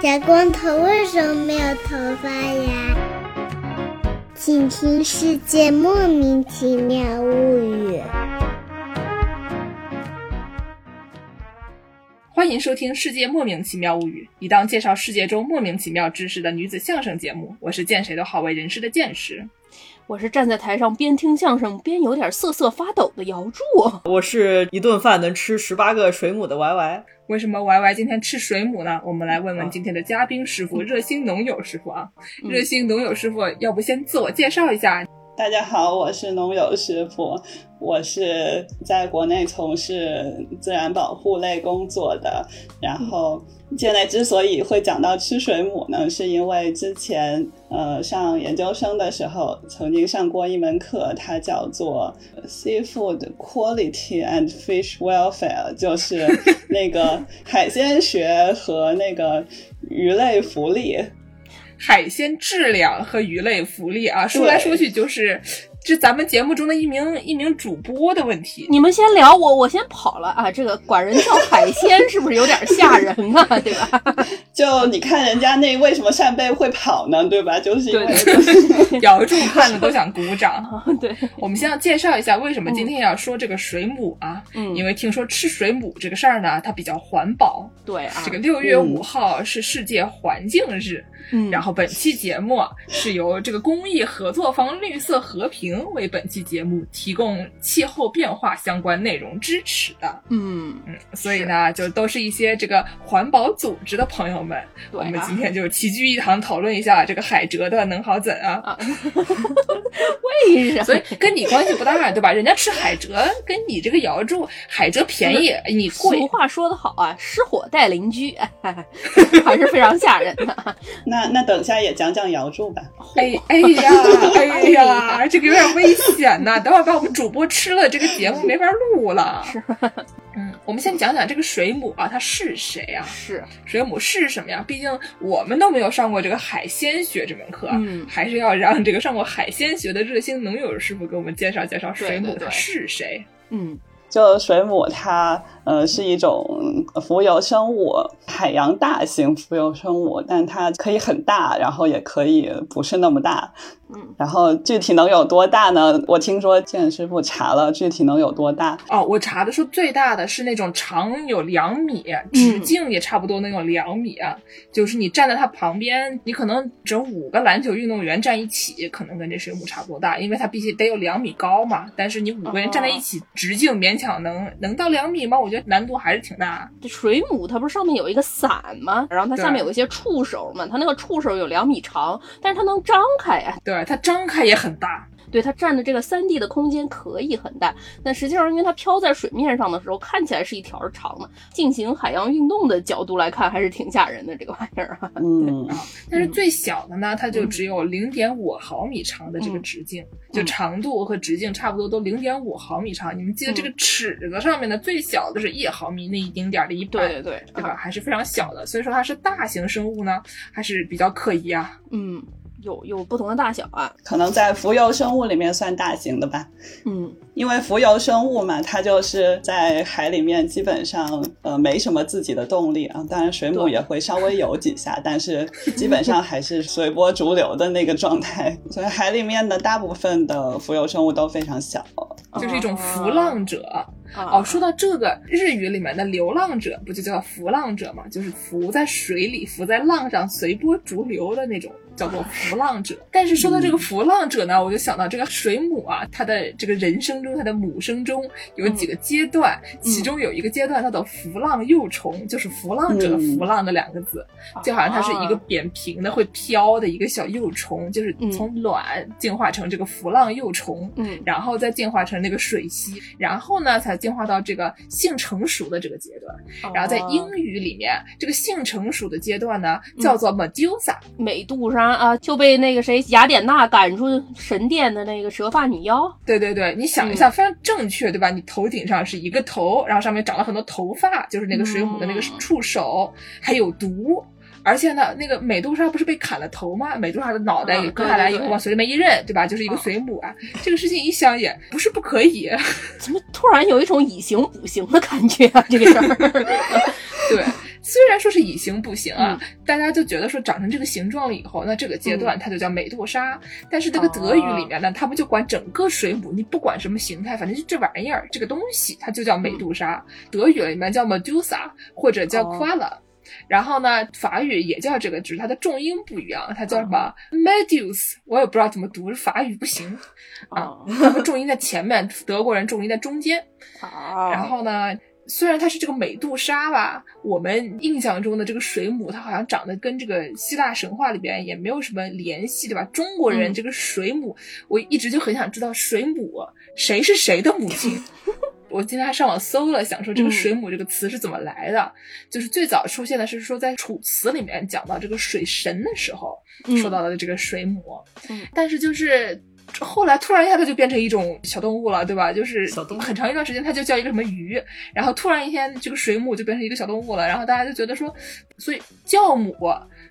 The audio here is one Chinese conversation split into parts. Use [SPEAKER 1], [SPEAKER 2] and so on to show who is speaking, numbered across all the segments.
[SPEAKER 1] 小光头为什么没有头发呀？请听《世界莫名其妙物语》。
[SPEAKER 2] 欢迎收听《世界莫名其妙物语》，一档介绍世界中莫名其妙知识的女子相声节目。我是见谁都好为人师的见识。
[SPEAKER 3] 我是站在台上边听相声边有点瑟瑟发抖的姚柱。
[SPEAKER 4] 我是一顿饭能吃十八个水母的 YY。
[SPEAKER 2] 为什么 Y Y 今天吃水母呢？我们来问问今天的嘉宾师傅热心农友师傅啊，
[SPEAKER 3] 嗯
[SPEAKER 2] 热心农友师傅，要不先自我介绍一下？
[SPEAKER 5] 大家好，我是农友师傅，我是在国内从事自然保护类工作的。然后现在之所以会讲到吃水母呢，是因为之前呃上研究生的时候曾经上过一门课，它叫做 Seafood Quality and Fish Welfare，就是那个海鲜学和那个鱼类福利。
[SPEAKER 2] 海鲜质量和鱼类福利啊，说
[SPEAKER 5] 对
[SPEAKER 2] 来说去就是这咱们节目中的一名一名主播的问 题。
[SPEAKER 3] 你们先聊我，我先跑了啊！这个管人叫海鲜是不是有点吓人啊？对 吧？
[SPEAKER 5] 就你看人家那为什么扇贝会跑呢？对吧？就是因为
[SPEAKER 3] 对
[SPEAKER 2] 姚柱看了都想鼓掌。
[SPEAKER 3] 对，
[SPEAKER 2] 我们先要介绍一下为什么今天要说这个水母啊，
[SPEAKER 3] 嗯，
[SPEAKER 2] 因为听说吃水母这个事儿呢，它比较环保。
[SPEAKER 3] 对啊
[SPEAKER 2] 这，个六月五号是世界环境日，
[SPEAKER 3] 嗯，
[SPEAKER 2] 然后本期节目啊是由这个公益合作方绿色和平为本期节目提供气候变化相关内容支持的。
[SPEAKER 3] 嗯，
[SPEAKER 2] 嗯，所以呢，就都是一些这个环保组织的朋友们，我
[SPEAKER 3] 对
[SPEAKER 2] 们今
[SPEAKER 3] 啊，
[SPEAKER 2] 天就齐聚一堂讨论一下这个海蜇的能好怎 啊。
[SPEAKER 3] 为啥？
[SPEAKER 2] 所以跟你关系不大，对吧？人家吃海蜇跟你这个瑶柱，海蜇便宜，你贵
[SPEAKER 3] 俗。话说得好啊，失火带邻居，哎 还是非常吓人 的。
[SPEAKER 5] 那那等一下也讲讲瑶柱吧。
[SPEAKER 2] 哎哎呀，哎呀，这个有点危险呐、等会儿把我们主播吃了，这个节目没法录了。
[SPEAKER 3] 是，
[SPEAKER 2] 嗯，我们先讲讲这个水母啊，它是谁啊？
[SPEAKER 3] 是，
[SPEAKER 2] 水母是什么呀？毕竟我们都没有上过这个海鲜学这门课，啊
[SPEAKER 3] 嗯
[SPEAKER 2] 还是要让这个上过海鲜学的热心农友师傅给我们介绍介绍水母
[SPEAKER 3] 对对对
[SPEAKER 2] 它是谁。
[SPEAKER 3] 嗯
[SPEAKER 5] 就水母它呃是一种呃浮游生物，海洋大型浮游生物，但它可以很大，然后也可以不是那么大。
[SPEAKER 3] 嗯，
[SPEAKER 5] 然后具体能有多大呢？我听说建师傅查了，具体能有多大？
[SPEAKER 2] 哦，我查的说最大的是那种长有两米，直径也差不多能有两米啊。就是你站在它旁边，你可能整五个篮球运动员站一起，可能跟这水母差不多大，因为它必须得有两米高嘛。但是你五个人站在一起，直径勉强能能到两米吗？我觉得难度还是挺大。
[SPEAKER 3] 这水母它不是上面有一个伞吗？然后它下面
[SPEAKER 2] 对
[SPEAKER 3] 有一些触手嘛，它那个触手有两米长，但是它能张开哎呀、
[SPEAKER 2] 对，它张开也很大。
[SPEAKER 3] 对它占的这个三 D 的空间可以很大，但实际上因为它飘在水面上的时候，看起来是一条儿长的。进行海洋运动的角度来看，还是挺吓人的这个玩意儿啊。
[SPEAKER 5] 嗯，
[SPEAKER 2] 但是
[SPEAKER 3] 嗯
[SPEAKER 2] 最小的呢，它就只有零点五毫米长的这
[SPEAKER 3] 嗯
[SPEAKER 2] 个直径，就长度和直径差不多都零点五毫米长。你们记得这
[SPEAKER 3] 嗯
[SPEAKER 2] 个尺子上面的最小的是一毫米，那一丁点儿的一半，
[SPEAKER 3] 对对对，
[SPEAKER 2] 对
[SPEAKER 3] 啊
[SPEAKER 2] 吧？还是非常小的，所以说它是大型生物呢，还是比较可疑啊。
[SPEAKER 3] 嗯，有有不同的大小啊。
[SPEAKER 5] 可能在浮游生物里面算大型的吧。
[SPEAKER 3] 嗯
[SPEAKER 5] 因为浮游生物嘛，它就是在海里面基本上呃没什么自己的动力啊。当然水母
[SPEAKER 3] 对
[SPEAKER 5] 也会稍微游几下，但是基本上还是随波逐流的那个状态。所以海里面的大部分的浮游生物都非常小。
[SPEAKER 2] 就是一种
[SPEAKER 3] 哦
[SPEAKER 2] 浮浪者
[SPEAKER 3] 啊。
[SPEAKER 2] 哦。说到这个，日语里面的流浪者不就叫浮浪者嘛？就是浮在水里、浮在浪上、随波逐流的那种，叫
[SPEAKER 3] 哎
[SPEAKER 2] 做浮浪者。但是说到
[SPEAKER 3] 嗯
[SPEAKER 2] 这个浮浪者呢，我就想到这个水母啊，它的这个人生中，它的母生中
[SPEAKER 3] 嗯
[SPEAKER 2] 有几个阶段，其中有一个阶段叫做浮浪幼虫，就是浮浪者的
[SPEAKER 5] 嗯
[SPEAKER 2] 浮浪的两个字。
[SPEAKER 3] 啊
[SPEAKER 2] 就好像它是一个扁平的会飘的一个小幼虫，就是
[SPEAKER 3] 哦嗯
[SPEAKER 2] 从卵进化成这个浮浪幼虫，
[SPEAKER 3] 嗯
[SPEAKER 2] 然后再进化成那个水螅，然后呢才进化到这个性成熟的这个阶段。
[SPEAKER 3] 啊，
[SPEAKER 2] 然后在英语里面，这个性成熟的阶段呢
[SPEAKER 3] 嗯
[SPEAKER 2] 叫做 Medusa，、
[SPEAKER 3] 美杜莎啊，就被那个谁雅典娜赶出神殿的那个蛇发女妖。
[SPEAKER 2] 对对
[SPEAKER 3] 嗯
[SPEAKER 2] 对，你想一下，非常正确，对吧？你头顶上是一个头，然后上面长了很多头发，就是那个水母的那个
[SPEAKER 3] 嗯
[SPEAKER 2] 触手，还有毒。而且呢，那个美杜莎不是被砍了头吗？美杜莎的脑袋
[SPEAKER 3] 嗯
[SPEAKER 2] 也割下来以
[SPEAKER 3] 对对
[SPEAKER 2] 后
[SPEAKER 3] 对嗯
[SPEAKER 2] 往水里面一扔，对吧？就是一个水母啊。这个事情一想也不是不可以，
[SPEAKER 3] 怎么突然有一种以形补形的感觉啊？这个事儿，
[SPEAKER 2] 对。虽然说是以形补形啊，大家就觉得说长成这个形状了以后，那这个阶段它就叫美杜莎。但是这个德语里面呢，他们就管整个水母，你不管什么形态，反正就这玩意儿，这个东西它就叫美杜莎。德语里面叫 Medusa 或者叫
[SPEAKER 4] 哦
[SPEAKER 2] Koala。然后呢，法语也叫这个，只是它的重音不一样，它叫什么 Medus，我也不知道怎么读，法语不行，
[SPEAKER 3] 啊
[SPEAKER 2] 他们重音在前面，德国人重音在中间。
[SPEAKER 3] 啊，
[SPEAKER 2] 然后呢，虽然它是这个美杜莎吧，我们印象中的这个水母，它好像长得跟这个希腊神话里边也没有什么联系，对吧？中国人
[SPEAKER 3] 嗯
[SPEAKER 2] 这个水母，我一直就很想知道水母谁是谁的母 亲。我今天还上网搜了，想说这个“
[SPEAKER 3] 嗯
[SPEAKER 2] 水母”这个词是怎么来的，就是最早出现的是说在《楚辞》里面讲到这个水神的时候，说到的这个水母，
[SPEAKER 3] 嗯
[SPEAKER 2] 但是就是后来突然一下它就变成一种小动物了，对吧？就是
[SPEAKER 4] 小动物
[SPEAKER 2] 很长一段时间它就叫一个什么鱼，然后突然一天这个水母就变成一个小动物了，然后大家就觉得说，所以酵母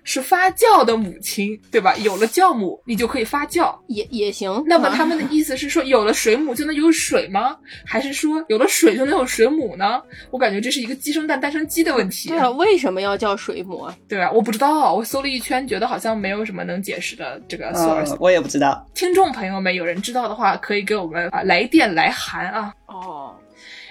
[SPEAKER 2] 是发酵的母亲，对吧？有了酵母，你就可以发酵。
[SPEAKER 3] 也也行。
[SPEAKER 2] 那么
[SPEAKER 3] 啊
[SPEAKER 2] 他们的意思是说，有了水母就能有水吗？还是说有了水就能有水母呢？我感觉这是一个鸡生蛋，蛋生鸡的问题。
[SPEAKER 3] 对啊，为什么要叫水母啊？
[SPEAKER 2] 对吧？我不知道，我搜了一圈，觉得好像没有什么能解释的这
[SPEAKER 4] 啊
[SPEAKER 2] 个 source
[SPEAKER 5] 嗯，。我也不知道。
[SPEAKER 2] 听众朋友们，有人知道的话，可以给我们啊来电来函啊。
[SPEAKER 3] 哦，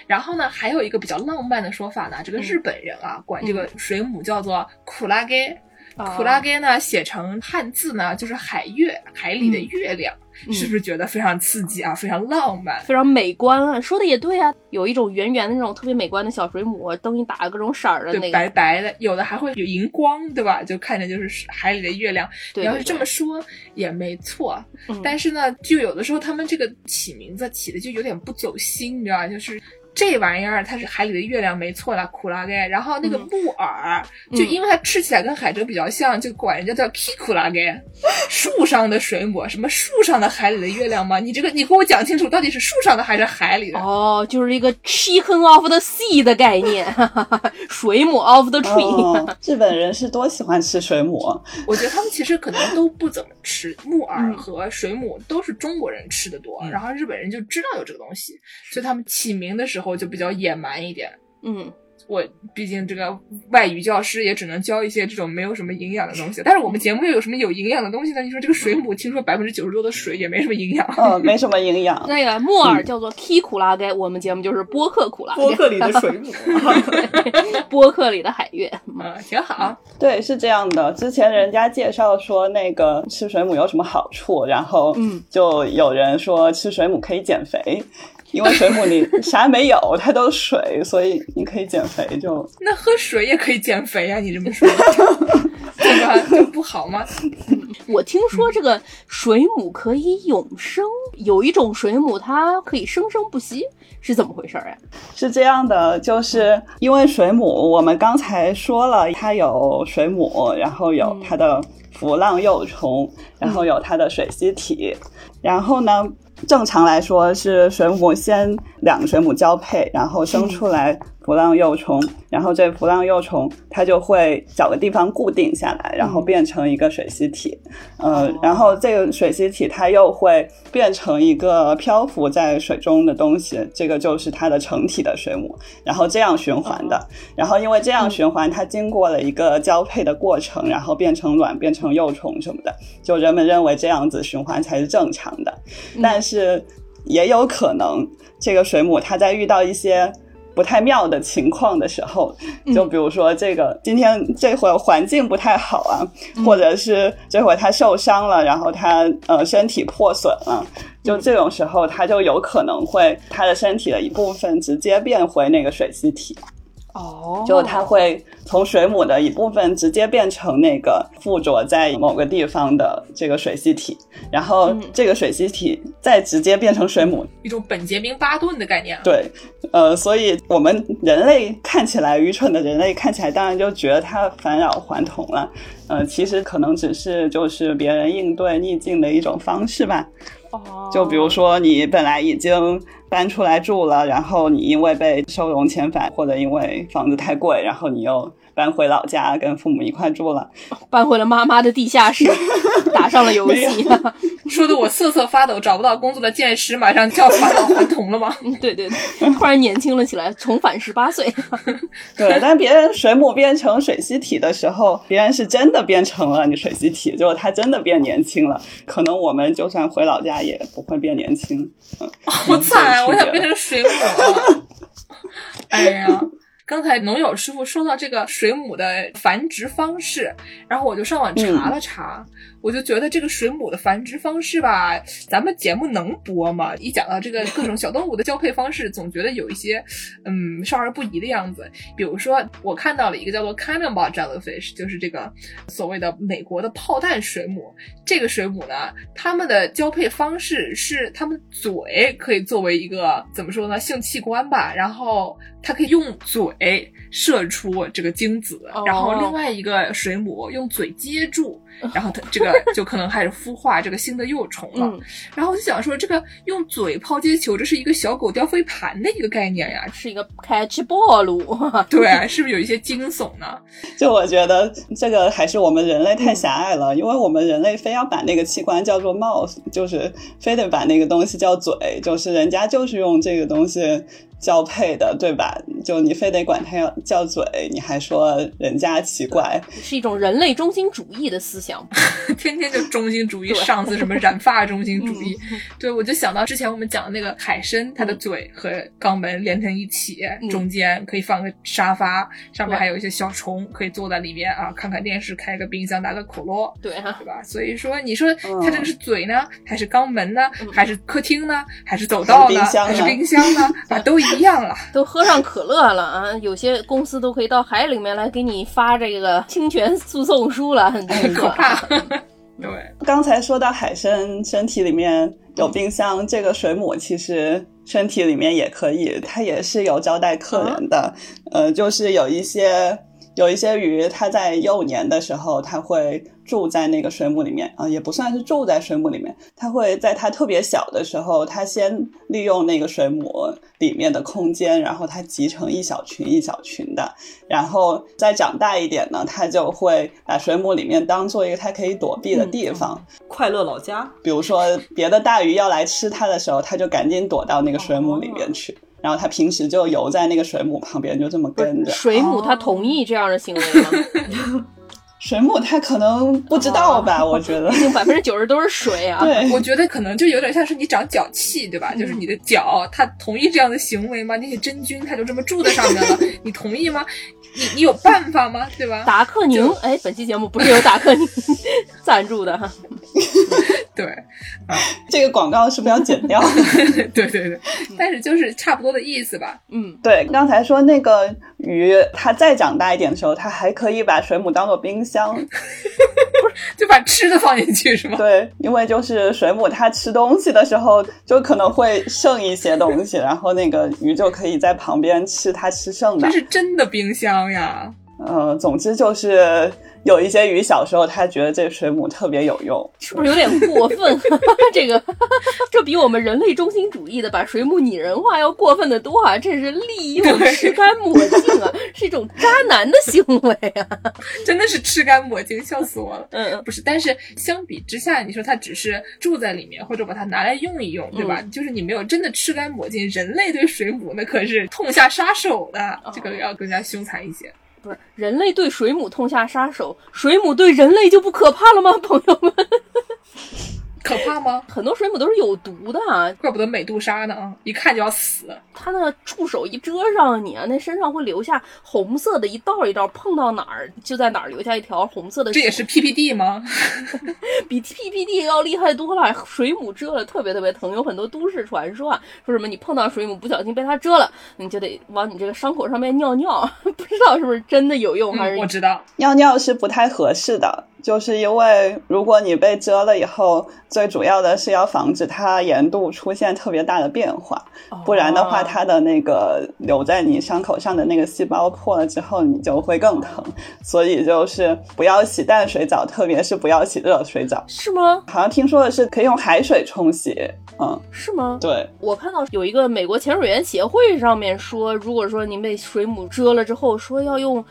[SPEAKER 2] 然后呢，还有一个比较浪漫的说法呢，
[SPEAKER 3] 嗯
[SPEAKER 2] 这个日本人啊，管这个水母叫做苦拉给，
[SPEAKER 3] 啊
[SPEAKER 2] 苦拉给呢写成汉字呢就是海月，海里的月亮，
[SPEAKER 3] 嗯
[SPEAKER 2] 是不是觉得非常刺激啊，非常浪漫？
[SPEAKER 3] 非常美观啊，说的也对啊，有一种圆圆的那种特别美观的小水母，灯一打各种色儿的那
[SPEAKER 2] 对，
[SPEAKER 3] 个，
[SPEAKER 2] 白白的，有的还会有荧光，对吧？就看着就是海里的月亮。
[SPEAKER 3] 对
[SPEAKER 2] 你要是
[SPEAKER 3] 对
[SPEAKER 2] 这
[SPEAKER 3] 对
[SPEAKER 2] 么说也没错，啊
[SPEAKER 3] 嗯
[SPEAKER 2] 但是呢，就有的时候他们这个起名字起的就有点不走心，你知道吧？就是。这玩意儿它是海里的月亮没错啦，苦拉盖。然后那个
[SPEAKER 3] 嗯
[SPEAKER 2] 木耳，就
[SPEAKER 3] 嗯
[SPEAKER 2] 因为它吃起来跟海蜇比较像，就管人家叫 k 苦拉盖，树上的水母，什么树上的海里的月亮吗？你这个你给我讲清楚，到底是树上的还是海里的？
[SPEAKER 3] 哦，就是一个 chicken of the sea 的概念， 水母 of the tree，、
[SPEAKER 5] 哦，日本人是多喜欢吃水母，
[SPEAKER 2] 我觉得他们其实可能都不怎么吃木耳
[SPEAKER 3] 嗯
[SPEAKER 2] 和水母，都是中国人吃的多，
[SPEAKER 4] 嗯
[SPEAKER 2] 然后日本人就知道有这个东西，所以他们起名的时候就比较野蛮一点。
[SPEAKER 3] 嗯，
[SPEAKER 2] 我毕竟这个外语教师也只能教一些这种没有什么营养的东西，但是我们节目又有什么有营养的东西呢？你说这个水母，听说百分之九十多的水也没什么营养。
[SPEAKER 5] 嗯，没什么营养。
[SPEAKER 3] 那个木
[SPEAKER 2] 嗯
[SPEAKER 3] 耳叫做 k 苦拉盖，我们节目就是播客苦拉
[SPEAKER 4] 播
[SPEAKER 3] 盖，
[SPEAKER 4] 客里的水 母啊，
[SPEAKER 3] 播客里的海月，
[SPEAKER 2] 嗯，挺好。
[SPEAKER 5] 对，是这样的。之前人家介绍说那个吃水母有什么好处，然后
[SPEAKER 3] 嗯
[SPEAKER 5] 就有人说吃水母可以减肥，因为水母你啥没有，它都是水，所以你可以减肥就。
[SPEAKER 2] 那喝水也可以减肥啊？你这么说， 对吧？这不好吗？
[SPEAKER 3] 我听
[SPEAKER 2] 嗯
[SPEAKER 3] 说这个水母可以永生，有一种水母它可以生生不息，是怎么回事儿呀、
[SPEAKER 5] 是这样的，就是因为水母，我们刚才说了，它有水母，然后有它的浮浪幼虫，然后有它的水螅体，然后呢，正常来说是水母先两个水母交配，然后生出来浮浪幼虫，然后这浮浪幼虫它就会找个地方固定下来，然后变成一个水螅体，呃，然后这个水螅体它又会变成一个漂浮在水中的东西，这个就是它的成体的水母，然后这样循环的。然后因为这样循环，它经过了一个交配的过程，然后变成卵、变成幼虫什么的，就人们认为这样子循环才是正常的。但是也有可能，这个水母它在遇到一些不太妙的情况的时候，就比如说这个今天这会儿环境不太好啊，或者是这会儿它受伤了，然后它呃身体破损了。就这种时候，它就有可能会它的身体的一部分直接变回那个水螅体，
[SPEAKER 3] 哦
[SPEAKER 5] 就它会从水母的一部分直接变成那个附着在某个地方的这个水螅体，然后
[SPEAKER 3] 嗯
[SPEAKER 5] 这个水螅体再直接变成水母，
[SPEAKER 2] 一种本杰明巴顿的概念啊。
[SPEAKER 5] 对，呃，所以我们人类看起来愚蠢的人类看起来，当然就觉得它返老还童了。呃，其实可能只是就是别人应对逆境的一种方式吧。
[SPEAKER 3] 哦
[SPEAKER 5] 就比如说你本来已经搬出来住了，然后你因为被收容遣返，或者因为房子太贵，然后你又搬回老家跟父母一块住了。
[SPEAKER 3] 搬回了妈妈的地下室，打上了游戏。
[SPEAKER 2] 说的我瑟瑟发抖，找不到工作的剑师马上就要返老还童了吗？
[SPEAKER 3] 嗯对对对，突然年轻了起来，重返十八岁。
[SPEAKER 5] 对，但别人水母变成水螅体的时候，别人是真的变成了你水螅体，就是他真的变年轻了。可能我们就算回老家也不会变年轻。嗯，
[SPEAKER 2] 好惨啊！
[SPEAKER 5] 嗯
[SPEAKER 2] 我想变。
[SPEAKER 5] 这个区别
[SPEAKER 2] 成水母啊。哎呀，刚才农友师傅说到这个水母的繁殖方式，然后我就上网查了查，我就觉得这个水母的繁殖方式吧，咱们节目能播吗？一讲到这个各种小动物的交配方式，总觉得有一些嗯少儿不宜的样子。比如说，我看到了一个叫做 Cannonball Jellyfish，就是这个所谓的美国的炮弹水母。这个水母呢，它们的交配方式是它们嘴可以作为一个怎么说呢性器官吧，然后它可以用嘴射出这个精子
[SPEAKER 3] 哦，
[SPEAKER 2] 然后另外一个水母用嘴接 住。然后它这个就可能开始孵化这个新的幼虫了。
[SPEAKER 3] 嗯，
[SPEAKER 2] 然后我就想说，这个用嘴抛接球，这是一个小狗叼飞盘的一个概 念呀，
[SPEAKER 3] 是一个 catch ball，
[SPEAKER 2] 对，啊是不是有一些惊悚呢？
[SPEAKER 5] 就我觉得这个还是我们人类太狭隘了，因为我们人类非要把那个器官叫做 mouth，就是非得把那个东西叫嘴，就是人家就是用这个东西交配的，对吧？就你非得管它叫嘴，你还说人家奇怪，
[SPEAKER 3] 是一种人类中心主义的思想。
[SPEAKER 2] 天天就中心主义，
[SPEAKER 3] 对
[SPEAKER 2] 上次什么染发中心主义， 对我就想到之前我们讲的那个海参，它的嘴和肛门连成一起，
[SPEAKER 3] 嗯
[SPEAKER 2] 中间可以放个沙发，上面
[SPEAKER 3] 对
[SPEAKER 2] 还有一些小虫，可以坐在里面啊，看看电视，开个冰箱，打个可乐。
[SPEAKER 3] 对啊，
[SPEAKER 2] 对吧？所以说，你说
[SPEAKER 5] 嗯
[SPEAKER 2] 它这个是嘴呢，还是肛门呢
[SPEAKER 3] 嗯，
[SPEAKER 2] 还是客厅呢，还是走道呢，
[SPEAKER 5] 还是冰箱
[SPEAKER 2] 还
[SPEAKER 5] 呢
[SPEAKER 2] 是冰箱呢？啊，都一样了。
[SPEAKER 3] 都喝上可乐了啊！有些公司都可以到海里面来给你发这个侵权诉讼书了，很
[SPEAKER 2] 可怕。 对，
[SPEAKER 5] 刚才说到海参身体里面有冰箱，这个水母其实身体里面也可以，它也是有招待客人的。呃，就是有一些有一些鱼，它在幼年的时候，它会住在那个水母里面啊、也不算是住在水母里面，它会在它特别小的时候，它先利用那个水母里面的空间，然后它集成一小群一小群的，然后再长大一点呢，它就会把水母里面当做一个它可以躲避的地方。
[SPEAKER 4] 快乐老家，
[SPEAKER 5] 比如说别的大鱼要来吃它的时候，它就赶紧躲到那个水母里面去。然后它平时就游在那个水母旁边，就这么跟着。
[SPEAKER 3] 水母
[SPEAKER 2] 哦
[SPEAKER 3] 它同意这样的行为吗？
[SPEAKER 5] 水母它可能不知道吧，我觉得
[SPEAKER 3] 毕。竟百分之九十都是水啊。
[SPEAKER 5] 对，
[SPEAKER 2] 我觉得可能就有点像是你长脚气，对吧？就是你的脚，它同意这样的行为吗？那些真菌它就这么住在上面了，你同意吗？你你有办法吗？对吧？
[SPEAKER 3] 达克宁，哎，本期节目不是由达克宁 赞助的哈，
[SPEAKER 2] 对，
[SPEAKER 5] 这个广告是不是要剪掉？
[SPEAKER 2] 对对对， 但是就是差不多的意思吧。
[SPEAKER 3] 嗯，
[SPEAKER 5] 对，刚才说那个鱼，它再长大一点的时候，它还可以把水母当做冰箱。
[SPEAKER 2] 就把吃的放进去是吗？
[SPEAKER 5] 对，因为就是水母它吃东西的时候，就可能会剩一些东西，然后那个鱼就可以在旁边吃它吃剩的
[SPEAKER 2] 这。是真的冰箱呀！
[SPEAKER 5] 呃，总之就是有一些鱼小时候他觉得这水母特别有用，
[SPEAKER 3] 是不是有点过分？啊 这个，这比我们人类中心主义的把水母拟人化要过分的多啊！这是利用
[SPEAKER 2] 对
[SPEAKER 3] 吃干抹净啊，是一种渣男的行为啊！
[SPEAKER 2] 真的是吃干抹净，笑死我了。
[SPEAKER 3] 嗯，
[SPEAKER 2] 不是，但是相比之下，你说它只是住在里面，或者把它拿来用一用，对吧？就是你没有真的吃干抹净。人类对水母那可是痛下杀手的，
[SPEAKER 3] 哦
[SPEAKER 2] 这个要更加凶残一些。
[SPEAKER 3] 不是，人类对水母痛下杀手，水母对人类就不可怕了吗？朋友们，
[SPEAKER 2] 可怕吗？
[SPEAKER 3] 很多水母都是有毒的啊，
[SPEAKER 2] 怪不得美杜莎呢啊，一看就要死。
[SPEAKER 3] 它那触手一遮上你啊，那身上会留下红色的一道一道，碰到哪儿就在哪儿留下一条红色的血。
[SPEAKER 2] 这也是 PPD 吗？
[SPEAKER 3] 比 PPD 要厉害多了，水母蛰了特别特别疼，有很多都市传说啊，说什么你碰到水母不小心被它蛰了，你就得往你这个伤口上面尿尿， 不知道是不是真的有用，还
[SPEAKER 2] 嗯
[SPEAKER 3] 是、
[SPEAKER 2] 我知道，
[SPEAKER 5] 尿尿是不太合适的，就是因为如果你被蛰了以后，最主要的是要防止它盐度出现特别大的变化，不然的话，
[SPEAKER 3] 哦
[SPEAKER 5] 它的那个留在你伤口上的那个细胞破了之后，你就会更疼。所以就是不要洗淡水澡，特别是不要洗热水澡。
[SPEAKER 3] 是吗？
[SPEAKER 5] 好像听说的是可以用海水冲洗，嗯，
[SPEAKER 3] 是吗？
[SPEAKER 5] 对，
[SPEAKER 3] 我看到有一个美国潜水员协会上面说，如果说您被水母蛰了之后，说要用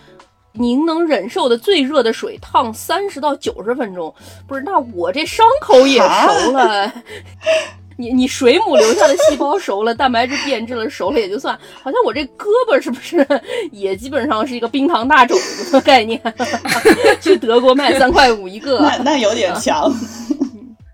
[SPEAKER 3] 您能忍受的最热的水烫三十到九十分钟。不是，那我这伤口也熟了。 你你水母留下的细胞熟了，蛋白质变质了熟了也就算，好像我这胳膊是不是也基本上是一个冰糖大肘子的概念？ 去德国卖三块五一个，
[SPEAKER 5] 那那有点强。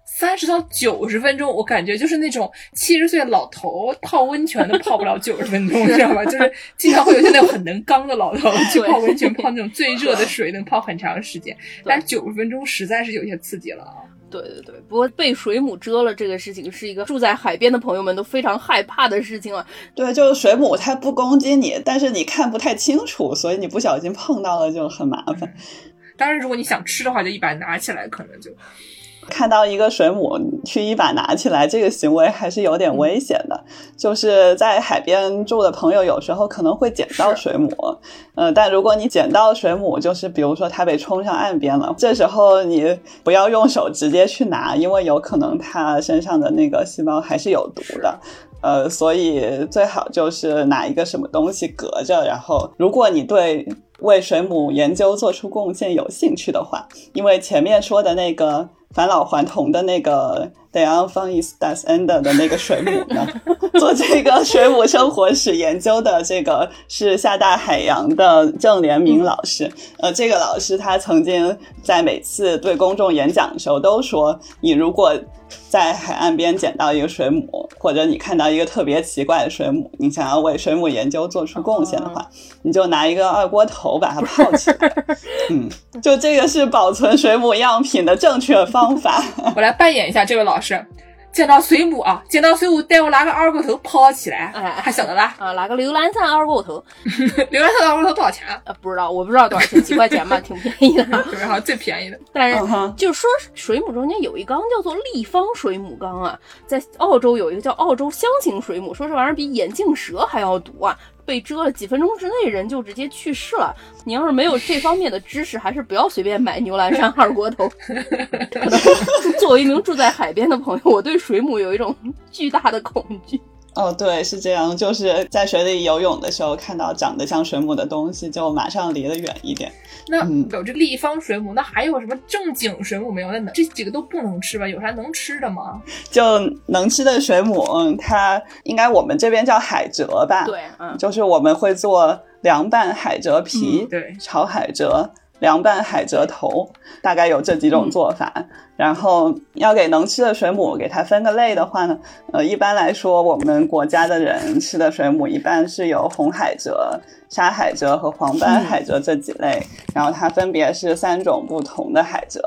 [SPEAKER 2] 三十到九十分钟，我感觉就是那种七十岁老头儿泡温泉都泡不了九十分 钟，你知道吧？就是经常会有些那种很能刚的老头儿去泡温泉，泡那种最热的水，能泡很长时间。但是九十分钟实在是有些刺激了啊！
[SPEAKER 3] 对对对，不过被水母蛰了这个事情是一个住在海边的朋友们都非常害怕的事情啊。
[SPEAKER 5] 对，就是水母它不攻击你，但是你看不太清楚，所以你不小心碰到了就很麻烦。
[SPEAKER 2] 当然，如果你想吃的话，就一把拿起来，可 能就
[SPEAKER 5] 看到一个水母去一把拿起来，这个行为还是有点危险的。就是在海边住的朋友，有时候可能会捡到水母，呃，但如果你捡到水母，就是比如说它被冲上岸边了，这时候你不要用手直接去拿，因为有可能它身上的那个细胞还是有毒的。呃，所以最好就是拿一个什么东西隔着，然后如果你对为水母研究做出贡献有兴趣的话，因为前面说的那个返老还童的那个 Der Anfang ist das Ende 的那个水母呢，做这个水母生活史研究的这个是厦大海洋的郑连明老师。呃，这个老师他曾经在每次对公众演讲的时候都说，你如果在海岸边捡到一个水母，或者你看到一个特别奇怪的水母，你想要为水母研究做出贡献的话，你就拿一个二锅头把它泡起来。嗯，就这个是保存水母样品的正确方法。
[SPEAKER 2] 我来扮演一下这位老师。见到水母啊，见到水母，带我拿个二锅头泡起来，
[SPEAKER 3] 哎
[SPEAKER 2] 还晓得啦？
[SPEAKER 3] 啊，拿个浏览散二锅头
[SPEAKER 2] 流浪的二锅头多少钱啊？
[SPEAKER 3] 啊，不知道，我不知道多少钱，几块钱吧，挺便宜的。
[SPEAKER 2] 准备好最便宜的。
[SPEAKER 3] 但是
[SPEAKER 5] 嗯哼，
[SPEAKER 3] 就是说，水母中间有一缸叫做立方水母缸啊，在澳洲有一个叫澳洲箱型水母，说这玩意儿比眼镜蛇还要毒啊，被蛰了几分钟之内人就直接去世了。你要是没有这方面的知识，还是不要随便买牛栏山二锅 头。可能作为一名住在海边的朋友，我对水母有一种巨大的恐 惧。
[SPEAKER 5] 哦，对，是这样，就是在水里游泳的时候看到长得像水母的东西，就马上离得远一点。
[SPEAKER 2] 那
[SPEAKER 5] 嗯
[SPEAKER 2] 有这立方水母，那还有什么正经水母没有？那能这几个都不能吃吧？有啥能吃的吗？
[SPEAKER 5] 就能吃的水母，嗯它应该我们这边叫海蜇吧？，
[SPEAKER 3] 对，嗯，
[SPEAKER 5] 就是我们会做凉拌海蜇皮、
[SPEAKER 2] 嗯对
[SPEAKER 5] 炒海蜇、凉拌海蜇头，大概有这几种做法。然后要给能吃的水母给它分个类的话呢，呃，一般来说我们国家的人吃的水母一般是有红海蜇、沙海蜇和黄斑海蜇这几类，然后它分别是三种不同的海蜇。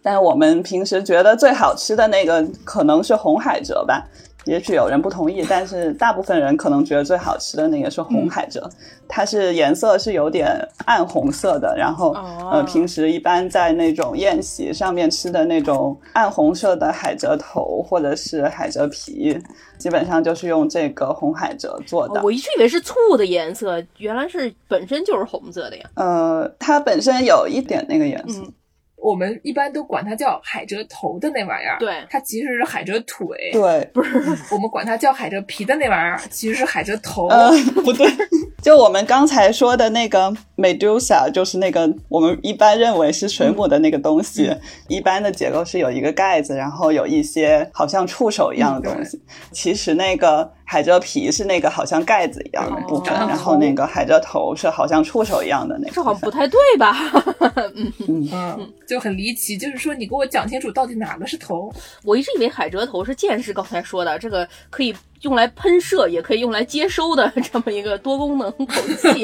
[SPEAKER 5] 但我们平时觉得最好吃的那个可能是红海蜇吧。也许有人不同意，但是大部分人可能觉得最好吃的那个是
[SPEAKER 3] 嗯
[SPEAKER 5] 红海蜇，它是颜色是有点暗红色的，然后、
[SPEAKER 3] 哦
[SPEAKER 5] 呃，平时一般在那种宴席上面吃的那种暗红色的海蜇头或者是海蜇皮，基本上就是用这个红海蜇做的。
[SPEAKER 3] 哦我一直以为是醋的颜色，原来是本身就是红色的呀。
[SPEAKER 5] 呃，它本身有一点那个颜色，
[SPEAKER 3] 嗯，
[SPEAKER 2] 我们一般都管它叫海蜇头的那玩意儿，
[SPEAKER 3] 对
[SPEAKER 2] 它其实是海蜇
[SPEAKER 3] 嗯
[SPEAKER 2] 腿。
[SPEAKER 5] 对，
[SPEAKER 2] 我们管它叫海蜇皮的那玩意儿，其实是海蜇
[SPEAKER 3] 哦
[SPEAKER 2] 头。
[SPEAKER 5] 呃，不对， 就我们刚才说的那个 Medusa，就是那个我们一般认为是水母的那个东西，
[SPEAKER 3] 嗯
[SPEAKER 5] 一般的结构是有一个盖子，然后有一些好像触手一样的东西。
[SPEAKER 3] 嗯
[SPEAKER 5] 其实那个海蜇皮是那个好像盖子一样的部分，
[SPEAKER 3] 哦
[SPEAKER 5] 然后那个海蜇头是好像触手一样的那个部分。
[SPEAKER 3] 这好像不太对吧？
[SPEAKER 2] 嗯，就很离奇，就是说你给我讲清楚到底哪个是头。
[SPEAKER 3] 我一直以为海蜇头是剑士刚才说的这个可以用来喷射，也可以用来接收的这么一个多功能口器，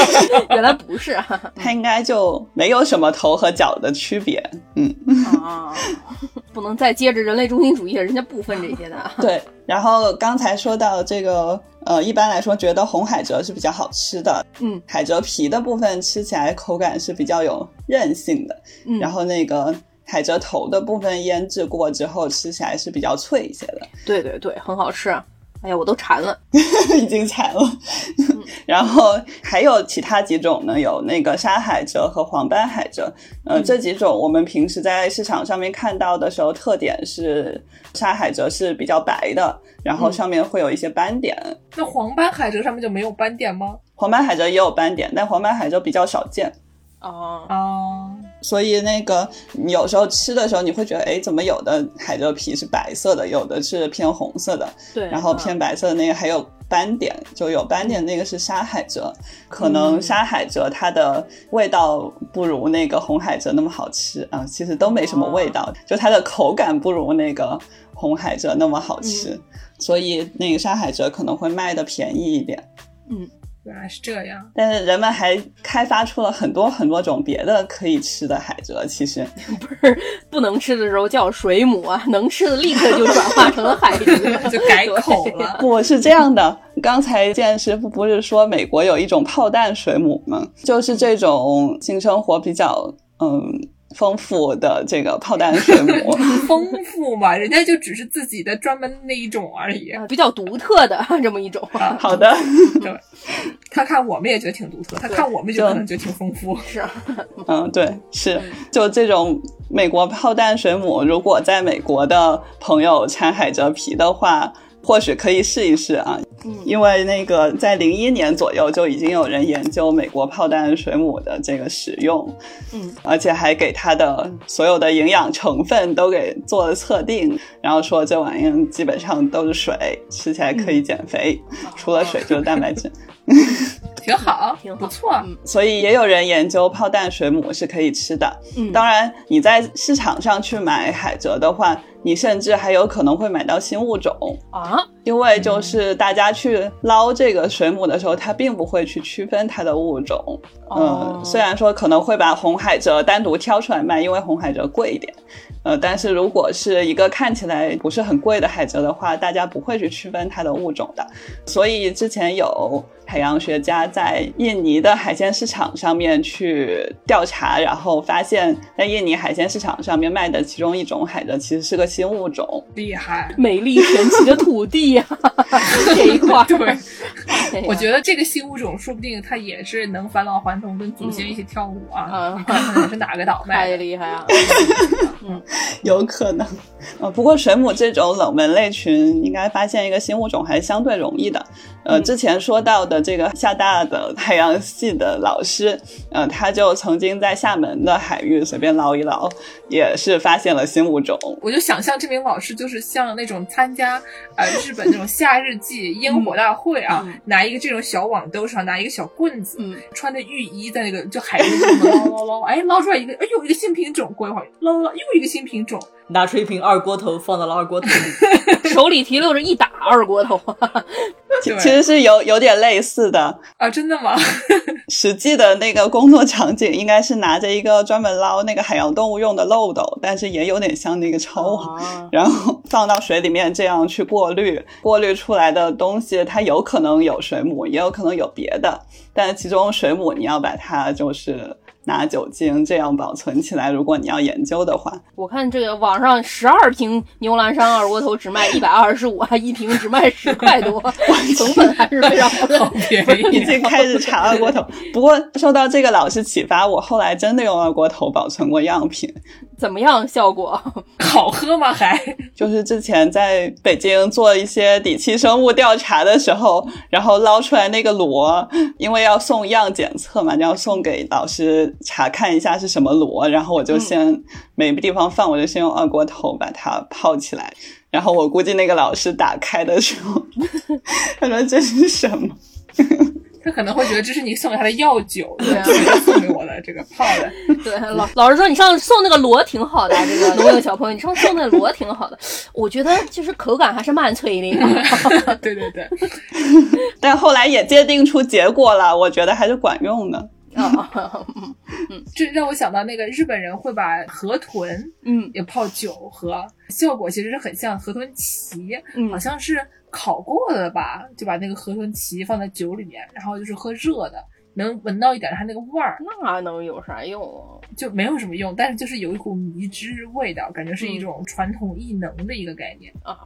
[SPEAKER 3] 原来不是啊！
[SPEAKER 5] 它应该就没有什么头和脚的区别。嗯，
[SPEAKER 3] 啊， 不能再接着人类中心主义，人家不分这些的啊。
[SPEAKER 5] 对，然后刚才说到这个，呃，一般来说觉得红海蜇是比较好吃的，
[SPEAKER 3] 嗯，
[SPEAKER 5] 海蜇皮的部分吃起来口感是比较有韧性的，
[SPEAKER 3] 嗯
[SPEAKER 5] 然后那个海蜇头的部分腌制过之后吃起来是比较脆一些的，
[SPEAKER 3] 对对对，很好吃。哎呀，我都馋了。
[SPEAKER 5] 已经馋了。
[SPEAKER 3] 嗯
[SPEAKER 5] 然后还有其他几种呢，有那个沙海蜇和黄斑海蜇。呃，
[SPEAKER 3] 嗯
[SPEAKER 5] 这几种我们平时在市场上面看到的时候，特点是沙海蜇是比较白的，然
[SPEAKER 3] 嗯
[SPEAKER 5] 后上面会有一些斑点。
[SPEAKER 2] 那黄斑海蜇上面就没有斑点吗？
[SPEAKER 5] 黄斑海蜇也有斑点，但黄斑海蜇比较少见。
[SPEAKER 3] 哦，
[SPEAKER 2] 哦，
[SPEAKER 5] 所以那个你有时候吃的时候，你会觉得，哎，怎么有的海蜇皮是白色的，有的是偏红色的，
[SPEAKER 3] 对，
[SPEAKER 5] 然后
[SPEAKER 3] 嗯
[SPEAKER 5] 偏白色的那个还有斑点，就有斑点那个是沙海蜇，可能
[SPEAKER 3] 嗯
[SPEAKER 5] 沙海蜇它的味道不如那个红海蜇那么好吃啊，其实都没什么
[SPEAKER 3] 哦
[SPEAKER 5] 味道，就它的口感不如那个红海蜇那么好
[SPEAKER 3] 嗯
[SPEAKER 5] 吃，所以那个沙海蜇可能会卖的便宜一点。
[SPEAKER 2] 原来是这样。
[SPEAKER 5] 但是人们还开发出了很多很多种别的可以吃的海蜇，其实
[SPEAKER 3] 不能吃的时候叫水母啊，能吃的立刻就转化成了海蜇，
[SPEAKER 2] 就改口了
[SPEAKER 5] 不是这样的， 刚才健师傅不是说美国有一种炮弹水母吗？就是这种性生活比较嗯丰富的这个炮弹水母，
[SPEAKER 2] 丰富嘛，人家就只是自己的专门那一种而已
[SPEAKER 3] 对。 啊比较独特的这么一种啊，
[SPEAKER 2] 啊，
[SPEAKER 5] 好的，
[SPEAKER 2] 对，他看我们也觉得挺独特，他看我们就可能觉得挺丰富。
[SPEAKER 3] 是啊
[SPEAKER 5] 嗯，对，是就这种美国炮弹水母，如果在美国的朋友掺海蜇皮的话。或许可以试一试啊，
[SPEAKER 3] 嗯
[SPEAKER 5] 因为那个在零一年左右就已经有人研究美国炮弹水母的这个使用，
[SPEAKER 3] 嗯，
[SPEAKER 5] 而且还给它的所有的营养成分都给做了测定，然后说这玩意儿基本上都是水，吃起来可以减肥，除了水就是蛋白质。
[SPEAKER 2] 挺好，
[SPEAKER 3] 挺好
[SPEAKER 2] 不错。
[SPEAKER 3] 嗯
[SPEAKER 5] 所以也有人研究炮弹水母是可以吃的。
[SPEAKER 3] 嗯，
[SPEAKER 5] 当然，你在市场上去买海蜇的话，你甚至还有可能会买到新物种。
[SPEAKER 3] 啊，
[SPEAKER 5] 因为就是大家去捞这个水母的时候，它并不会去区分它的物种。
[SPEAKER 3] 哦
[SPEAKER 5] 嗯，虽然说可能会把红海蜇单独挑出来卖，因为红海蜇贵一点。呃，但是如果是一个看起来不是很贵的海蜇的话，大家不会去区分它的物种的。所以之前有海洋学家在印尼的海鲜市场上面去调查，然后发现在印尼海鲜市场上面卖的其中一种海蜇其实是个新物种。
[SPEAKER 2] 厉害。
[SPEAKER 3] 美丽神奇的土地 呀、这一块 儿，
[SPEAKER 2] 对，
[SPEAKER 3] 哎呀
[SPEAKER 2] 我觉得这个新物种说不定它也是能返老还童，跟祖先一起跳舞啊！
[SPEAKER 3] 嗯哎
[SPEAKER 2] 你看看是哪个 岛卖
[SPEAKER 3] 太
[SPEAKER 2] 的？
[SPEAKER 3] 厉害啊了，
[SPEAKER 5] 有可能，呃，不过水母这种冷门类群，应该发现一个新物种还是相对容易的。呃，
[SPEAKER 3] 嗯
[SPEAKER 5] 之前说到的这个厦大的海洋系的老师，呃，他就曾经在厦门的海域随便捞一捞，也是发现了新物种。
[SPEAKER 2] 我就想象这名老师就是像那种参加呃日本那种夏日祭烟火大会啊，
[SPEAKER 3] 嗯
[SPEAKER 2] 拿一个这种小网兜上拿一个小棍子，
[SPEAKER 3] 嗯，
[SPEAKER 2] 穿着浴衣在那个就海边这么捞捞捞，哎，捞出来一个，哎呦，一个新品种，过一会儿捞捞捞又一个新品种，
[SPEAKER 4] 拿出一瓶二锅头放到了二锅头里，
[SPEAKER 3] 手里提溜着一打二锅头，
[SPEAKER 5] 其
[SPEAKER 2] 对
[SPEAKER 5] 其实是有有点类似的，
[SPEAKER 2] 啊，真的吗？
[SPEAKER 5] 实际的那个工作场景应该是拿着一个专门捞那个海洋动物用的漏斗，但是也有点像那个抄网。
[SPEAKER 3] 啊，
[SPEAKER 5] 然后放到水里面这样去过滤，过滤出来的东西，它有可能有水母，也有可能有别的，但其中水母你要把它就是拿酒精这样保存起来，如果你要研究的话，
[SPEAKER 3] 我看这个网上十二瓶牛栏山二锅头只卖一百二十五，还一瓶只卖十块 多，成本还是非常不
[SPEAKER 2] 好
[SPEAKER 3] 错。
[SPEAKER 2] 便
[SPEAKER 5] 已
[SPEAKER 2] 宜，啊
[SPEAKER 5] 经开始查二锅头。不过受到这个老师启发，我后来真的用二锅头保存过样品。
[SPEAKER 3] 怎么样效果？
[SPEAKER 2] 好喝吗？还
[SPEAKER 5] 就是之前在北京做一些底栖生物调查的时候，然后捞出来那个螺，因为要送样检测嘛，要送给老师查看一下是什么螺，然后我就先、没地方放，我就先用二锅头把它泡起来。然后我估计那个老师打开的时候， 他说这是什么？
[SPEAKER 2] 他可能会觉得这是你送给他的药酒，
[SPEAKER 3] 对啊
[SPEAKER 2] 送给我的这个泡的，
[SPEAKER 3] 对，老 老师说你上次送那个螺挺好的啊，这 个农友小朋友，你上次送那螺挺好的， 我觉得就是口感还是蛮脆 的。
[SPEAKER 2] 对对对，
[SPEAKER 5] 但后来也界定出结果了，我觉得还是管用的。
[SPEAKER 3] 啊，
[SPEAKER 2] 这让我想到那个日本人会把河豚
[SPEAKER 3] 嗯
[SPEAKER 2] 也泡酒喝，效果其实是很像河豚鳍，
[SPEAKER 3] 嗯
[SPEAKER 2] 好像是烤过的吧，就把那个河豚鳍放在酒里面，然后就是喝热的。能闻到一点它那个味儿，
[SPEAKER 3] 那能有啥用啊？
[SPEAKER 2] 就没有什么用，但是就是有一股迷之味道，感觉是一种传统异能的一个概念。
[SPEAKER 3] 啊，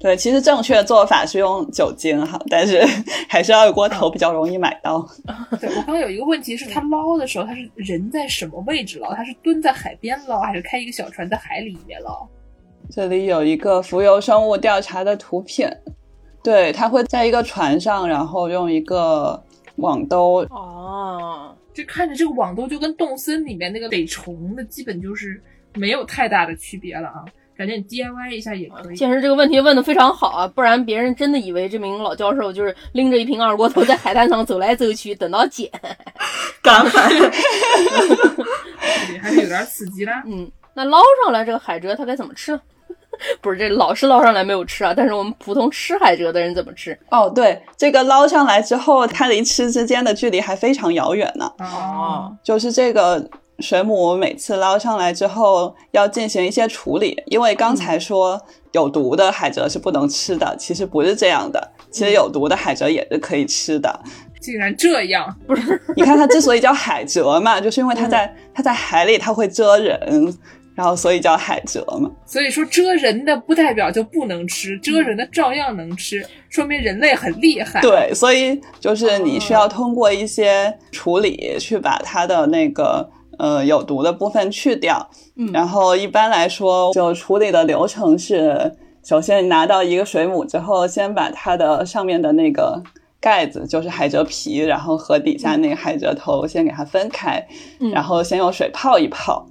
[SPEAKER 5] 对，其实正确做法是用酒精哈，但是还是二锅头比较容易买到。
[SPEAKER 2] 对我刚刚有一个问题是，他捞的时候，他是人在什么位置捞？他是蹲在海边捞，还是开一个小船在海里面捞？
[SPEAKER 5] 这里有一个浮游生物调查的图片，对，它会在一个船上，然后用一个网兜，
[SPEAKER 3] 哦，
[SPEAKER 2] 就看着这个网兜就跟动森里面那个逮虫的基本就是没有太大的区别了啊，感觉你 DIY 一下也可以。
[SPEAKER 3] 健身这个问题问的非常好啊，不然别人真的以为这名老教授就是拎着一瓶二锅头在海滩上走来走去，等到捡。
[SPEAKER 4] 感慨。
[SPEAKER 2] 还是有点刺激啦。
[SPEAKER 3] 嗯， 那捞上来这个海蜇它该怎么吃呢？ 不是，这老是捞上来没有吃啊，但是我们普通吃海蜇的人怎么吃？
[SPEAKER 5] 哦，对，这个捞上来之后，它离吃之间的距离还非常遥远呢。
[SPEAKER 2] 哦，
[SPEAKER 5] 就是这个水母每次捞上来之后要进行一些处理，因为刚才说有毒的海蜇是不能吃的，其实不是这样的，其实有毒的海蜇也是可以吃的。
[SPEAKER 2] 竟然这样，
[SPEAKER 5] 你看它之所以叫海蜇嘛，就是因为它在它在海里它会蜇人，然后所以叫海蜇嘛。
[SPEAKER 2] 所以说蜇人的不代表就不能吃，蜇人的照样能吃，说明人类很厉害。
[SPEAKER 5] 对，所以就是你需要通过一些处理去把它的那个呃有毒的部分去掉。
[SPEAKER 3] 嗯
[SPEAKER 5] 然后一般来说，就处理的流程是：首先你拿到一个水母之后，先把它的上面的那个盖子，就是海蜇皮，然后和底下那个海蜇头先给它分开，
[SPEAKER 3] 嗯
[SPEAKER 5] 然后先用水泡一泡。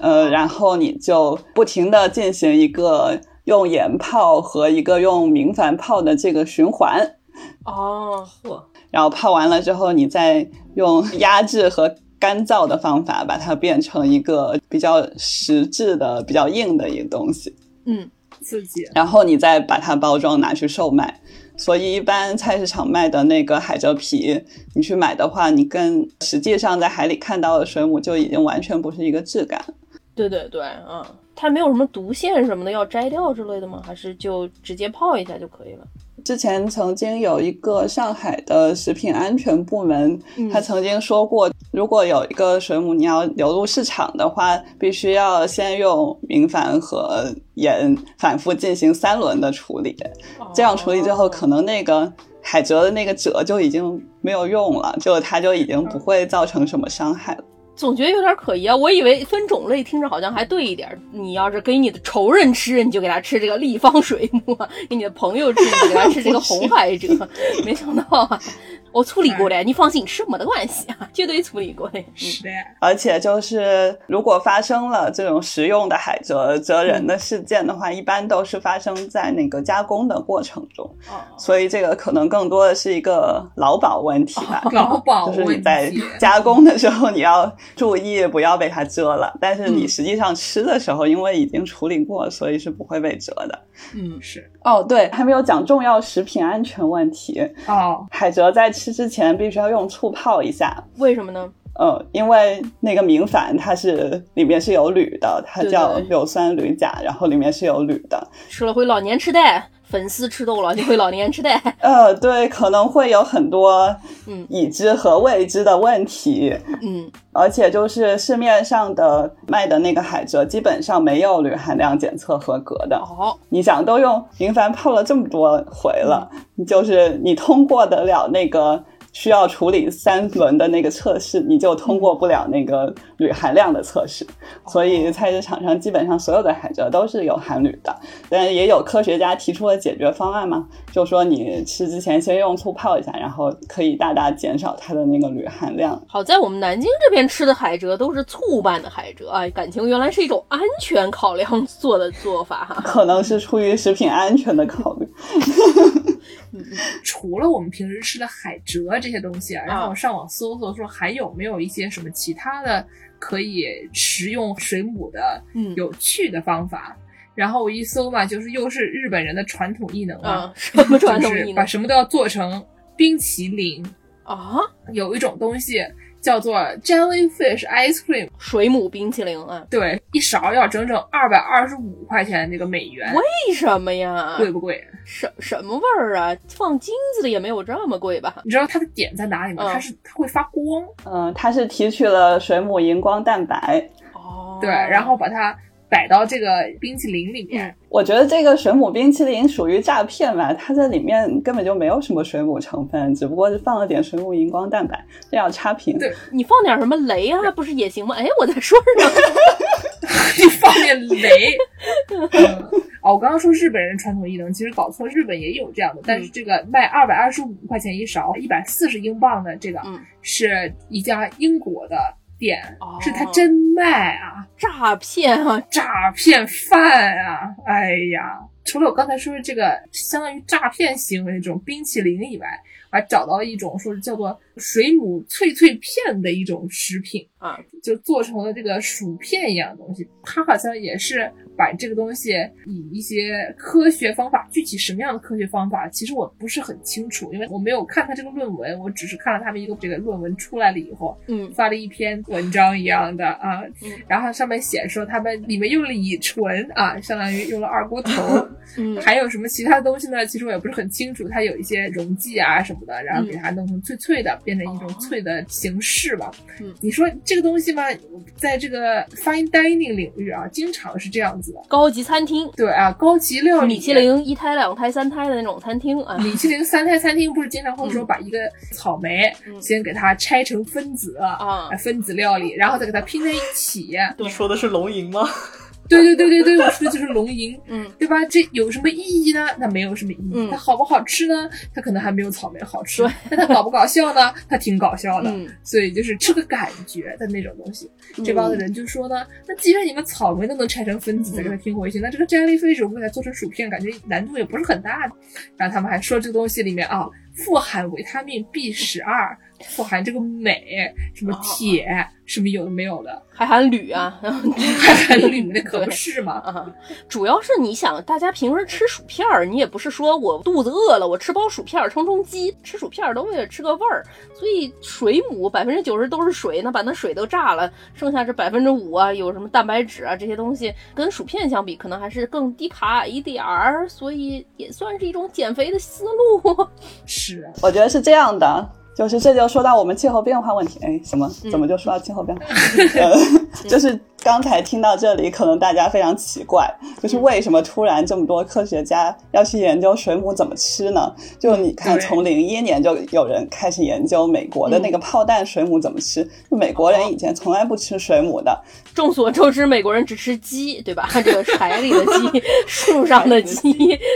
[SPEAKER 5] 呃，然后你就不停的进行一个用盐泡和一个用明矾泡的这个循环，
[SPEAKER 3] 哦，
[SPEAKER 5] 然后泡完了之后，你再用压制和干燥的方法把它变成一个比较实质的、比较硬的一个东西，
[SPEAKER 3] 嗯，
[SPEAKER 2] 刺激。
[SPEAKER 5] 然后你再把它包装拿去售卖。所以一般菜市场卖的那个海蜇皮，你去买的话，你跟实际上在海里看到的水母就已经完全不是一个质感。
[SPEAKER 3] 对对对，嗯，它没有什么毒腺什么的要摘掉之类的吗？还是就直接泡一下就可以了？
[SPEAKER 5] 之前曾经有一个上海的食品安全部门，
[SPEAKER 3] 嗯
[SPEAKER 5] 他曾经说过，如果有一个水母你要流入市场的话，必须要先用明矾和盐反复进行三轮的处理。这样处理之后，可能那个海蜇的那个蜇就已经没有用了，就它就已经不会造成什么伤害了。
[SPEAKER 3] 总觉得有点可疑啊！我以为分种类听着好像还对一点儿。你要是给你的仇人吃，你就给他吃这个立方水母啊；给 你的朋友吃，你就给他吃这个 红海蜇。没想到啊，我处理过的，你放心，吃没得关系啊，绝对处理过的。嗯
[SPEAKER 2] 是的，
[SPEAKER 5] 而且就是，如果发生了这种食用的海蜇蜇人的事件的话，一般都是发生在那个加工的过程中。所以这个可能更多的是一个劳保问题吧。
[SPEAKER 2] 劳保
[SPEAKER 5] 就是
[SPEAKER 2] 问
[SPEAKER 5] 你在
[SPEAKER 2] 题，
[SPEAKER 5] 加工的时候，你要注意不要被它蛰了。但是你实际上吃的时候，因为已经处理过，所以是不会被蛰的。
[SPEAKER 3] 嗯，
[SPEAKER 2] 是
[SPEAKER 5] 哦，对，还没有讲重要食品安全问题。
[SPEAKER 2] 哦，
[SPEAKER 5] 海蜇在吃之前必须要用醋泡一下，
[SPEAKER 3] 为什么呢？
[SPEAKER 5] 呃，因为那个明矾它是里面是有铝的，它
[SPEAKER 3] 对
[SPEAKER 5] 叫
[SPEAKER 3] 对
[SPEAKER 5] 硫酸铝钾，然后里面是有铝的。
[SPEAKER 3] 吃了会老年痴呆，粉丝吃豆了就会老年痴呆。
[SPEAKER 5] 呃，对，可能会有很多
[SPEAKER 3] 嗯
[SPEAKER 5] 已知和未知的问题，
[SPEAKER 3] 嗯，
[SPEAKER 5] 而且就是市面上的卖的那个海蜇基本上没有铝含量检测合格的。
[SPEAKER 3] 哦，
[SPEAKER 5] 你想都用明矾泡了这么多回了，你就是你通过得了那个需要处理三轮的那个测试，你就通过不了那个铝含量的测试。所以菜市场上基本上所有的海蜇都是有含铝的，但也有科学家提出了解决方案嘛，就说你吃之前先用醋泡一下，然后可以大大减少它的那个铝含量。
[SPEAKER 3] 好在我们南京这边吃的海蜇都是醋拌的海蜇啊，感情原来是一种安全考量做的做法哈。
[SPEAKER 5] 可能是出于食品安全的考虑，
[SPEAKER 2] 除了我们平时吃的海蜇这些东西啊，然后
[SPEAKER 3] 啊
[SPEAKER 2] 我上网搜搜说还有没有一些什么其他的可以食用水母的
[SPEAKER 3] 嗯
[SPEAKER 2] 有趣的方法。然后我一搜嘛，就是又是日本人的传统艺能
[SPEAKER 3] 啊
[SPEAKER 2] 啊，，
[SPEAKER 3] 什么传统
[SPEAKER 2] 就
[SPEAKER 3] 艺
[SPEAKER 2] 是
[SPEAKER 3] 能
[SPEAKER 2] 把什么都要做成冰淇淋。
[SPEAKER 3] 啊？
[SPEAKER 2] 有一种东西叫做 jellyfish ice cream，
[SPEAKER 3] 水母冰淇淋啊？
[SPEAKER 2] 对，一勺要整整二百二十五块钱那个美元，
[SPEAKER 3] 为什么呀？
[SPEAKER 2] 贵不贵？
[SPEAKER 3] 什什么味儿啊？放金子的也没有这么贵吧？
[SPEAKER 2] 你知道它的点在哪里吗？
[SPEAKER 3] 嗯
[SPEAKER 2] 它是它会发光，
[SPEAKER 5] 嗯、它是提取了水母荧光蛋白，
[SPEAKER 3] 哦，
[SPEAKER 2] 对，然后把它摆到这个冰淇淋里
[SPEAKER 3] 嗯
[SPEAKER 2] 面，
[SPEAKER 5] 我觉得这个水母冰淇淋属于诈骗吧，它在里面根本就没有什么水母成分，只不过是放了点水母荧光蛋白，这要差评。
[SPEAKER 2] 对
[SPEAKER 3] 你放点什么雷啊，不是 也行吗？哎，我在说什么？
[SPEAKER 2] 你放点雷。嗯哦，我刚刚说日本人传统异能，其实搞错，日本也有这样的，
[SPEAKER 3] 嗯
[SPEAKER 2] 但是这个卖二百二十五块钱一勺，一百四十英镑的这个、
[SPEAKER 3] 嗯
[SPEAKER 2] 是一家英国的店，
[SPEAKER 3] 哦
[SPEAKER 2] 是他真卖啊，
[SPEAKER 3] 诈骗啊，
[SPEAKER 2] 诈骗犯啊！哎呀，除了我刚才说的这个相当于诈骗行为的这种冰淇淋以外，我还找到一种说是叫做水母脆脆片的一种食品
[SPEAKER 3] 啊，
[SPEAKER 2] 就做成了这个薯片一样的东西。它好像也是把这个东西以一些科学方法，具体什么样的科学方法，其实我不是很清楚，因为我没有看它这个论文，我只是看了他们一个这个论文出来了以后，
[SPEAKER 3] 嗯
[SPEAKER 2] 发了一篇文章一样的啊
[SPEAKER 3] 嗯，
[SPEAKER 2] 然后上面写说他们里面用了乙醇啊，相当于用了二锅头，
[SPEAKER 3] 嗯
[SPEAKER 2] 还有什么其他东西呢？其实我也不是很清楚，它有一些溶剂啊什么的，然后给它弄成脆脆的，变成一种脆的形式吧。
[SPEAKER 3] 嗯
[SPEAKER 2] 你说这个东西嘛，在这个 fine dining 领域啊，经常是这样子的。
[SPEAKER 3] 高级餐厅，
[SPEAKER 2] 对啊，高级料理、
[SPEAKER 3] 米其林一胎、两胎、三胎的那种餐厅啊，
[SPEAKER 2] 米其林三胎餐厅不是经常会说把一个草莓
[SPEAKER 3] 嗯
[SPEAKER 2] 先给它拆成分子
[SPEAKER 3] 啊
[SPEAKER 2] 分子料理，然后再给它拼在一起。
[SPEAKER 4] 你说的是龙吟吗？
[SPEAKER 2] 对对对对对，我说的就是龙吟，
[SPEAKER 3] 嗯
[SPEAKER 2] 对吧？这有什么意义呢？它没有什么意义。
[SPEAKER 3] 嗯
[SPEAKER 2] 它好不好吃呢？它可能还没有草莓好吃。那它搞不搞笑呢？它挺搞笑的。
[SPEAKER 3] 嗯，
[SPEAKER 2] 所以就是吃个感觉的那种东西。这帮子人就说呢，那既然你们草莓都能拆成分子再给它
[SPEAKER 3] 嗯
[SPEAKER 2] 拼回去，那这个 jellyfish 我们给它做成薯片，感觉难度也不是很大。然后他们还说这个东西里面啊，富含维他命 B 十二，富含这个镁，什
[SPEAKER 3] 哦
[SPEAKER 2] 么铁，什么有的没有的，
[SPEAKER 3] 还含铝啊，
[SPEAKER 2] 还含 里面的可不是嘛。
[SPEAKER 3] 啊， 主要是你想，大家平时吃薯片儿，你也不是说我肚子饿了，我吃包薯片儿充充饥，吃薯片儿都为了吃个味儿。所以水母百分之九十都是水，那把那水都炸了，剩下这百分之五啊，有什么蛋白质啊这些东西，跟薯片相比，可能还是更低卡一点儿，所以也算是一种减肥的思路。
[SPEAKER 2] 是啊，
[SPEAKER 5] 我觉得是这样的，就是这就说到我们气候变化问题。哎，什么？怎么就说到气候变化？呃，就是刚才听到这里，可能大家非常奇怪，就是为什么突然这么多科学家要去研究水母怎么吃呢？就你看，
[SPEAKER 2] 嗯对嗯
[SPEAKER 5] 从零一年就有人开始研究美国的那个炮弹水母怎么吃。就美国
[SPEAKER 2] 哦
[SPEAKER 5] 人以前从来不吃水母的，
[SPEAKER 3] 众所周知，美国人只吃鸡，对吧？这个海里的鸡，树上的鸡，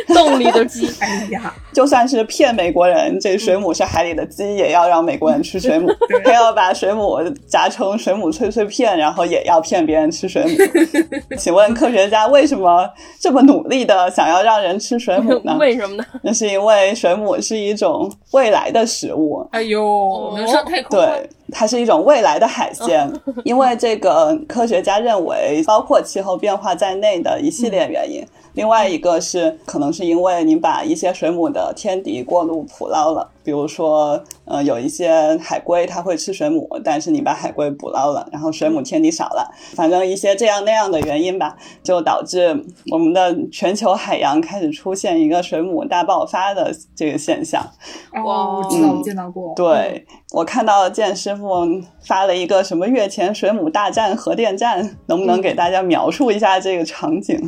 [SPEAKER 3] 洞里的鸡。？
[SPEAKER 2] 哎呀，
[SPEAKER 5] 就算是骗美国人，这水母是海里的鸡，也要让美国人吃水母
[SPEAKER 2] 对，
[SPEAKER 5] 还要把水母炸成水母脆脆片，然后也要骗别人吃水母。 请问科学家为什么这么努力的想要让人吃水母呢
[SPEAKER 3] 为什么呢？
[SPEAKER 5] 那是因为水母是一种未来的食物，
[SPEAKER 2] 哎呦，能上太空吗？
[SPEAKER 5] 对，它是一种未来的海鲜，因为这个科学家认为，包括气候变化在内的一系列原因。另外一个是，可能是因为您把一些水母的天敌过度捕捞了，比如说，呃，有一些海龟它会吃水母，但是你把海龟捕捞了，然后水母天敌少了，反正一些这样那样的原因吧，就导致我们的全球海洋开始出现一个水母大爆发的这个现象。
[SPEAKER 2] 哦，我知道，我见到过。
[SPEAKER 5] 嗯
[SPEAKER 2] 嗯
[SPEAKER 5] 对，我看到健师傅发了一个什么月前水母大战核电站，能不
[SPEAKER 2] 嗯
[SPEAKER 5] 能给大家描述一下这个场景？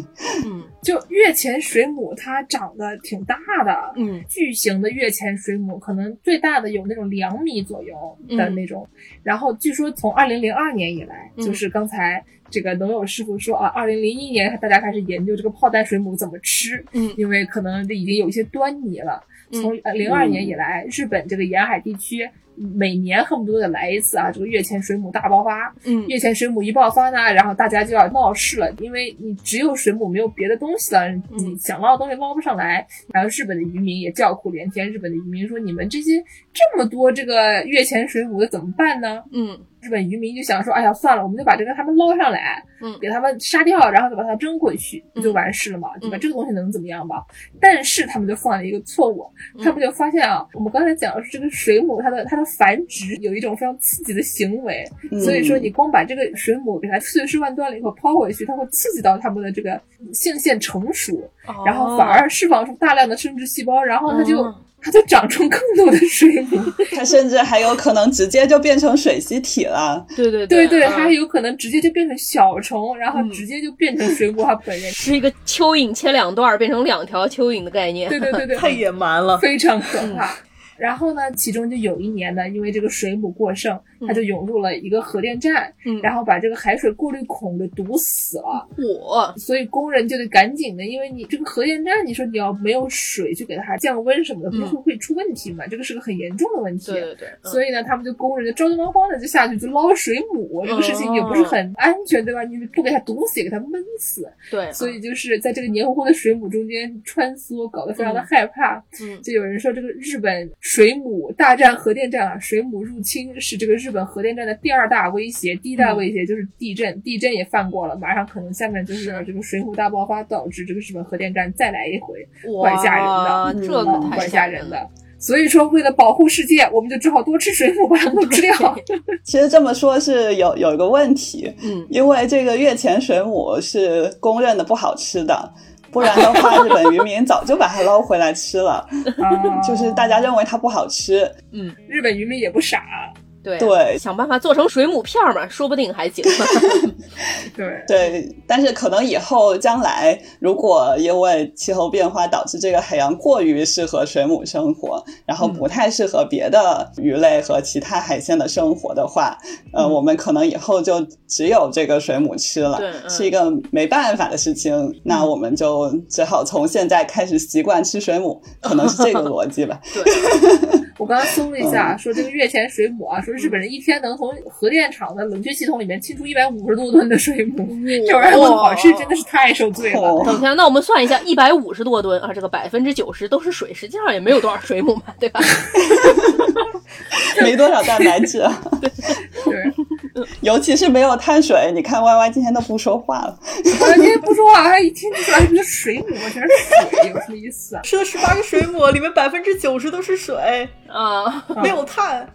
[SPEAKER 3] 嗯
[SPEAKER 2] 就月前水母，它长得挺大的，
[SPEAKER 3] 嗯。
[SPEAKER 2] 巨型的月前水母，可能最大的有那种两米左右的那种。然后据说从二零零二年以来，
[SPEAKER 3] 嗯
[SPEAKER 2] 就是刚才这个农友师傅说啊，二零零一年大家开始研究这个炮弹水母怎么吃，
[SPEAKER 3] 嗯
[SPEAKER 2] 因为可能这已经有一些端倪了。
[SPEAKER 3] 嗯
[SPEAKER 2] 从呃零二年以来，日本这个沿海地区每年恨不得得来一次啊，这个月前水母大爆发。
[SPEAKER 3] 嗯
[SPEAKER 2] 月前水母一爆发呢，然后大家就要闹事了，因为你只有水母没有别的东西了，
[SPEAKER 3] 嗯
[SPEAKER 2] 你想捞的东西捞不上来。然后日本的渔民也叫苦连天，日本的渔民说：“你们这些这么多这个月前水母的怎么办呢？”
[SPEAKER 3] 嗯
[SPEAKER 2] 日本渔民就想说：“哎呀，算了，我们就把这个他们捞上来，
[SPEAKER 3] 嗯
[SPEAKER 2] 给他们杀掉，然后就把它扔回去，不
[SPEAKER 3] 嗯
[SPEAKER 2] 就完事了嘛，对吧？
[SPEAKER 3] 嗯
[SPEAKER 2] 这个东西能怎么样吧？”但是他们就犯了一个错误，
[SPEAKER 3] 嗯
[SPEAKER 2] 他们就发现啊，我们刚才讲的是这个水母，它的它的繁殖有一种非常刺激的行为，
[SPEAKER 5] 嗯
[SPEAKER 2] 所以说，你光把这个水母给它碎尸万段了以后抛回去，它会刺激到它们的这个性腺成熟，然后反而释放出大量的生殖细胞，然后它就、
[SPEAKER 3] 哦嗯
[SPEAKER 2] 它就长成更多的水 母。
[SPEAKER 5] 它甚至还有可能直接就变成水螅体了。
[SPEAKER 3] 对对
[SPEAKER 2] 对
[SPEAKER 3] 对，
[SPEAKER 2] 对，
[SPEAKER 3] 嗯
[SPEAKER 2] 它有可能直接就变成小虫，然后
[SPEAKER 3] 嗯
[SPEAKER 2] 直接就变成水母它本 人。
[SPEAKER 3] 是一个蚯蚓切两段儿变成两条蚯蚓的概念。
[SPEAKER 2] 对对对对，
[SPEAKER 4] 太野蛮了。
[SPEAKER 3] 嗯
[SPEAKER 2] 非常可怕。然后呢，其中就有一年呢，因为这个水母过剩，它就涌入了一个核电站，
[SPEAKER 3] 嗯
[SPEAKER 2] 然后把这个海水过滤孔给堵死了。
[SPEAKER 3] 我
[SPEAKER 2] 所以工人就得赶紧的，因为你这个核电站，你说你要没有水去给它降温什么的，不是会
[SPEAKER 3] 嗯
[SPEAKER 2] 会出问题嘛？这个是个很严重的问题。
[SPEAKER 3] 对对对，嗯
[SPEAKER 2] 所以呢，他们就工人就着急忙慌的就下去就捞水母，这个事情也
[SPEAKER 3] 哦
[SPEAKER 2] 不是很安全，对吧？你不给它毒死，也给它闷死，
[SPEAKER 3] 对，
[SPEAKER 2] 所以就是在这个黏糊糊的水母中间穿梭，搞得非常的害怕。
[SPEAKER 3] 嗯
[SPEAKER 2] 就有人说，这个日本水母大战核电站啊，水母入侵是这个日本核电站的第二大威胁，第一大威胁就是地震，地震也犯过了，马上可能下面就是这个水母大爆发，导致这个日本核电站再来一回，怪吓人的
[SPEAKER 3] 哇这可
[SPEAKER 2] 嗯
[SPEAKER 3] 啊太
[SPEAKER 2] 怪吓人。的。所以说，为了保护世界，我们就只好多吃水母，把它们都吃掉。
[SPEAKER 5] 其实这么说，是有有一个问题，
[SPEAKER 3] 嗯，
[SPEAKER 5] 因为这个月前水母是公认的不好吃的，不然的话，日本渔民早就把它捞回来吃了。
[SPEAKER 2] 啊
[SPEAKER 5] 就是大家认为它不好吃，
[SPEAKER 2] 日本渔民也不傻，
[SPEAKER 3] 对
[SPEAKER 5] 对
[SPEAKER 3] 想办法做成水母片儿嘛，说不定还行。啊
[SPEAKER 2] 对
[SPEAKER 5] 对，但是可能以后将来如果因为气候变化导致这个海洋过于适合水母生活，然后不太适合别的鱼类和其他海鲜的生活的话，呃，我们可能以后就只有这个水母吃了
[SPEAKER 3] 嗯对，嗯
[SPEAKER 5] 是一个没办法的事情。那我们就只好从现在开始习惯吃 水母，可能是这个逻辑吧。
[SPEAKER 2] 我刚刚搜了一下，说这个月前水母啊，说日本人一天能从核电厂的冷却系统里面清除一百五十多吨的水母，这玩意儿不好吃，真的是太受罪了。
[SPEAKER 5] 哦
[SPEAKER 3] 等一下，那我们算一下，一百五十多吨啊，这个百分之九十都是水，实际上也没有多少水母嘛，对吧？
[SPEAKER 5] 没多少蛋白 质啊，
[SPEAKER 2] 对，
[SPEAKER 5] 尤其是没有碳水。你看 Y Y 今天都不说话了。
[SPEAKER 2] 我今天不说话，还一听出来这水母全是水，有什么意思啊？
[SPEAKER 4] 吃了十八个水母，里面百分之九十都是水，
[SPEAKER 3] 啊，
[SPEAKER 2] 嗯
[SPEAKER 4] 没有碳。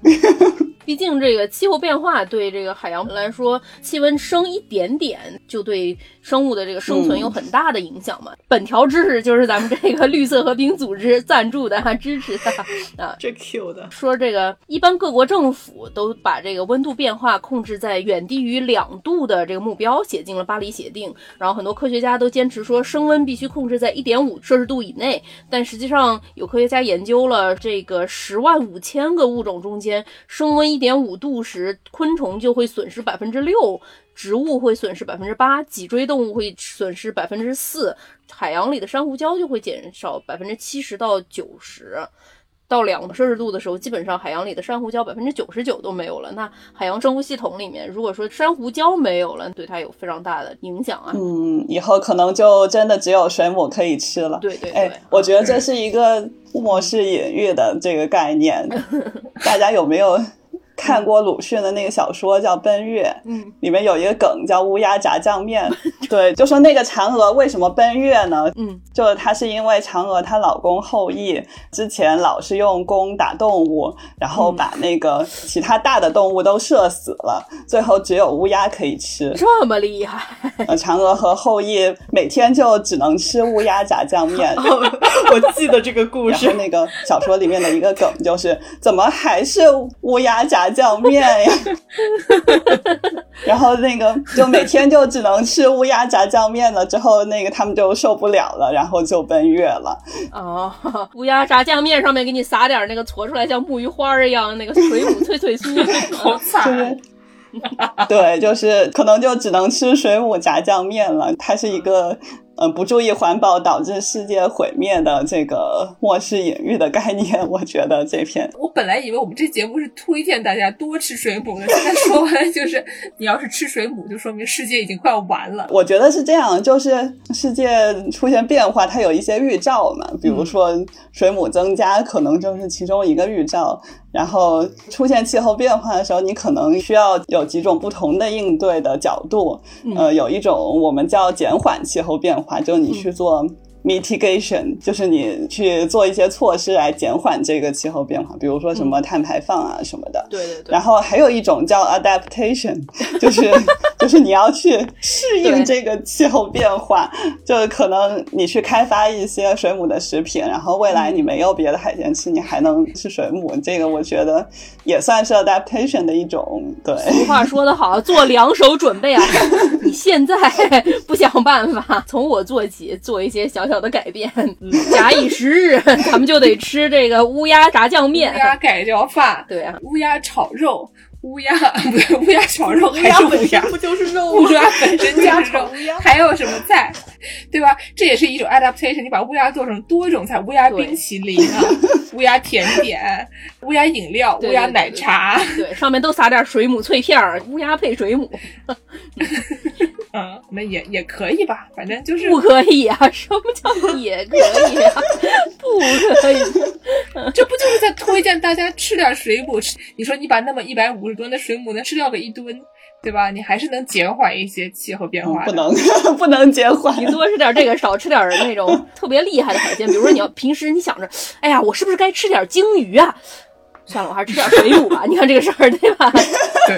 [SPEAKER 3] 毕竟这个气候变化对这个海洋来说，气温升一点点就对生物的这个生存
[SPEAKER 5] 嗯
[SPEAKER 3] 有很大的影响嘛。本条知识就是咱们这个绿色和平组织赞助的、啊、支持的啊，
[SPEAKER 4] 这 Q 的，
[SPEAKER 3] 说这个一般各国政府都把这个温度变化控制在远低于两度的这个目标写进了巴黎协定，然后很多科学家都坚持说升温必须控制在一点五摄氏度以内，但实际上有科学家研究了这个十万五千个物种中间，升温一点五度时，昆虫就会损失百分之六。植物会损失百分之八，脊椎动物会损失百分之四，海洋里的珊瑚礁就会减少百分之七十到九十。到两摄氏度的时候，基本上海洋里的珊瑚礁百分之九十九都没有了。那海洋生物系统里面，如果说珊瑚礁没有了，对它有非常大的影响啊。
[SPEAKER 5] 嗯，以后可能就真的只有水母可以吃了。
[SPEAKER 3] 对对对，
[SPEAKER 5] 哎，我觉得这是一个父母式隐喻的这个概 念，大家有没有看过鲁迅的那个小说叫《奔月》？
[SPEAKER 3] 嗯，
[SPEAKER 5] 里面有一个梗叫乌鸦炸 酱面，对，就说那个嫦娥为什么奔月呢？
[SPEAKER 3] 嗯，
[SPEAKER 5] 就是她是因为嫦娥她老公后羿之前老是用弓打动物，
[SPEAKER 3] 嗯
[SPEAKER 5] 然后把那个其他大的动物都射死了，最后只有乌鸦可以吃。
[SPEAKER 3] 这么厉 害，
[SPEAKER 5] 呃，嫦娥和后羿每天就只能吃乌鸦炸酱面。
[SPEAKER 4] 哦我记得这个故
[SPEAKER 5] 然后
[SPEAKER 4] 事。
[SPEAKER 5] 那个小说里面的一个梗就是，怎么还是乌鸦炸酱面呀？ 然后那个就每天就只能吃乌鸦炸酱面了，之后那个他们就受不了了，然后就奔月了。
[SPEAKER 3] 哦，乌鸦炸酱面上面给你撒点那个搓出来像木鱼花儿一样那个水母脆脆酥，
[SPEAKER 2] 好惨！啊
[SPEAKER 5] 对，就是可能就只能吃水母炸酱面了。它是一个呃不注意环保导致世界毁灭的这个末世隐喻的概念，我觉得这篇
[SPEAKER 2] 我本来以为我们这节目是推荐大家多吃水母的，现在说完就是，你要是吃水母，就说明世界已经快要完了。
[SPEAKER 5] 我觉得是这样，就是世界出现变化，它有一些预兆嘛，比如说水母增加，可能就是其中一个预兆。然后出现气候变化的时候，你可能需要有几种不同的应对的角度。呃，有一种我们叫减缓气候变化，就是你去做 mitigation，、就是你去做一些措施来减缓这个气候变化，比如说什么碳排放啊什么的。
[SPEAKER 3] 对对对
[SPEAKER 5] 然，后还有一种叫 adaptation，就是 就是你要去适
[SPEAKER 3] 对
[SPEAKER 5] 应这个气候变 化，就是可能你去开发一些水母的食品，然后未来你没有别的海鲜吃，你还能吃水母，这个我觉得也算是 adaptation 的一种，对。
[SPEAKER 3] 俗话说得好，做两 手准备啊！你现在不想办法，从我做起，做一些小小小的改 变，假以时日，咱们就得吃这个乌鸦炸酱面
[SPEAKER 2] 乌。鸦改掉发，
[SPEAKER 3] 对啊，
[SPEAKER 2] 乌鸦炒肉，乌鸦不对，乌鸦炒肉还是
[SPEAKER 4] 本
[SPEAKER 2] 乌
[SPEAKER 4] 身
[SPEAKER 2] 鸦。
[SPEAKER 4] 不就是肉
[SPEAKER 2] 乌
[SPEAKER 4] 吗？
[SPEAKER 2] 鸦本身就
[SPEAKER 4] 乌鸦
[SPEAKER 2] 是
[SPEAKER 4] 炒
[SPEAKER 2] 肉
[SPEAKER 4] 乌鸦，
[SPEAKER 2] 还有什么菜，对吧？这也是一种 adaptation。你把乌鸦做成多种菜，乌鸦
[SPEAKER 3] 对
[SPEAKER 2] 冰淇淋啊，乌鸦甜点，乌鸦饮料，
[SPEAKER 3] 对
[SPEAKER 2] 乌鸦
[SPEAKER 3] 对对
[SPEAKER 2] 奶
[SPEAKER 3] 对
[SPEAKER 2] 茶，
[SPEAKER 3] 对，上面都撒点水母脆片儿，乌鸦配水母，
[SPEAKER 2] 嗯，那也也可以吧，反正就是
[SPEAKER 3] 不可以啊！什么叫也可以啊？不可以，
[SPEAKER 2] 这不就是在推荐大家吃点水母？吃你说你把那么一百五十吨的水母能吃掉个一吨，对吧？你还是能减缓一些气候变
[SPEAKER 5] 嗯
[SPEAKER 2] 化
[SPEAKER 5] 不
[SPEAKER 2] 的。
[SPEAKER 5] 能 不能减缓。
[SPEAKER 3] 你多吃点这个，少吃点那 种特别厉害的海鲜。比如说，你要平时你想着，哎呀，我是不是该吃点鲸鱼啊？算了，我还是吃点水母吧。你看这个事儿，对吧？
[SPEAKER 2] 对，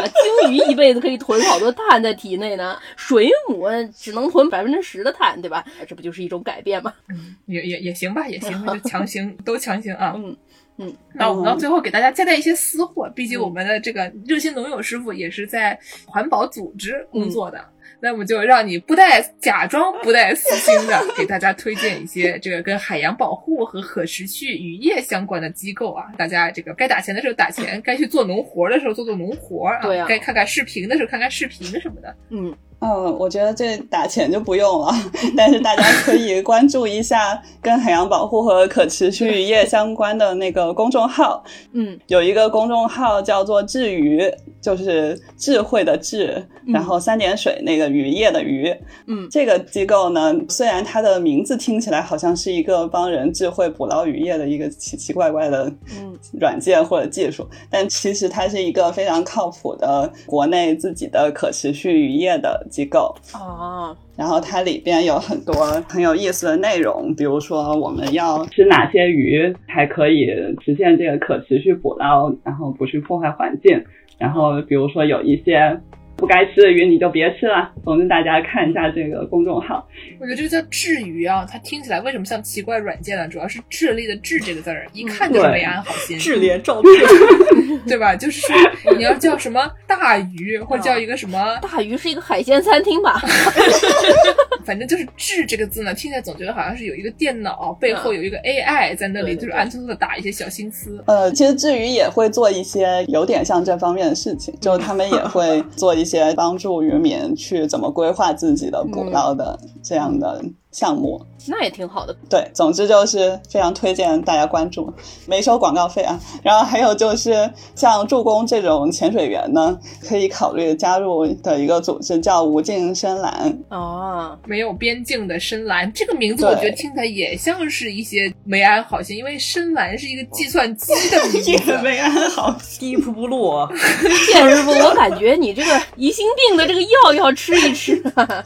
[SPEAKER 3] 啊鲸鱼一辈子可以囤好多碳在体内呢，水母啊只能囤百分之十的碳，对吧？哎这不就是一种改变吗？
[SPEAKER 2] 也也也行吧，也行，那就强 行都强行啊。
[SPEAKER 3] 嗯嗯，
[SPEAKER 2] 那我们到最后给大家夹带一些私货，毕竟
[SPEAKER 3] 嗯
[SPEAKER 2] 我们的这个热心农友师傅也是在环保组织
[SPEAKER 3] 嗯
[SPEAKER 2] 工作的。那我就让你不带假装不带私心 的给大家推荐一些这个跟海洋保护和可持续渔业相关的机构啊，大家这个该打钱的时候打钱，该去做农活的时候做做农活啊，
[SPEAKER 3] 对啊
[SPEAKER 2] 该看看视频的时候看看视频什么的。
[SPEAKER 3] 嗯，
[SPEAKER 5] 嗯，我觉得这打钱就不用了， 但是大家可以关注一下跟海洋保护和可持续渔业相关的那个公众号，
[SPEAKER 3] 嗯，
[SPEAKER 5] 有一个公众号叫做“智鱼”，就是智慧的智，
[SPEAKER 3] 嗯
[SPEAKER 5] 然后三点水那个渔业的渔。
[SPEAKER 3] 嗯
[SPEAKER 5] 这个机构呢，虽然它的名字听起来好像是一个帮人智慧捕捞渔业的一个奇奇怪怪的
[SPEAKER 3] 嗯
[SPEAKER 5] 软件或者技术，但其实它是一个非常靠谱的国内自己的可持续渔业的机构。
[SPEAKER 3] 啊，
[SPEAKER 5] 然后它里边有很多很有意思的内容，比如说我们要吃哪些鱼才可以实现这个可持续捕捞，然后不去破坏环境。然后比如说有一些不该吃的鱼你就别吃了。总之大家看一下这个公众号，
[SPEAKER 2] 我觉得这个叫智鱼啊，它听起来为什么像奇怪软件呢？啊主要是智力的智这个字儿，
[SPEAKER 3] 嗯
[SPEAKER 2] 一看就是
[SPEAKER 5] 对
[SPEAKER 2] 没安好心。
[SPEAKER 4] 智联照片，
[SPEAKER 2] 对吧？就是说你要叫什么大鱼，或者叫一个什么，
[SPEAKER 3] 大鱼是一个海鲜餐厅吧？
[SPEAKER 2] 反正就是“智”这个字呢，听起来总觉得好像是有一个电脑背后有一个 AI 在那里，
[SPEAKER 3] 嗯对对
[SPEAKER 2] 就是暗搓搓的打一些小心思。
[SPEAKER 5] 呃，其实至于也会做一些有点像这方面的事情，就是他们也会做一些帮助渔民去怎么规划自己的捕捞的这样的项目。
[SPEAKER 3] 那也挺好的。
[SPEAKER 5] 对，总之就是非常推荐大家关注，没收广告费啊。然后还有就是像助攻这种潜水员呢，可以考虑加入的一个组织叫无尽深 蓝。
[SPEAKER 3] 啊，
[SPEAKER 2] 没有边境的深蓝这个名字，我觉得
[SPEAKER 5] 对
[SPEAKER 2] 听起来也像是一些没安好心，因为深蓝是一个计算机的名字。
[SPEAKER 5] 没安好，
[SPEAKER 4] 第一瀑布路，
[SPEAKER 3] 谢师傅，我感觉你这个疑心病的这个药要吃一吃啊。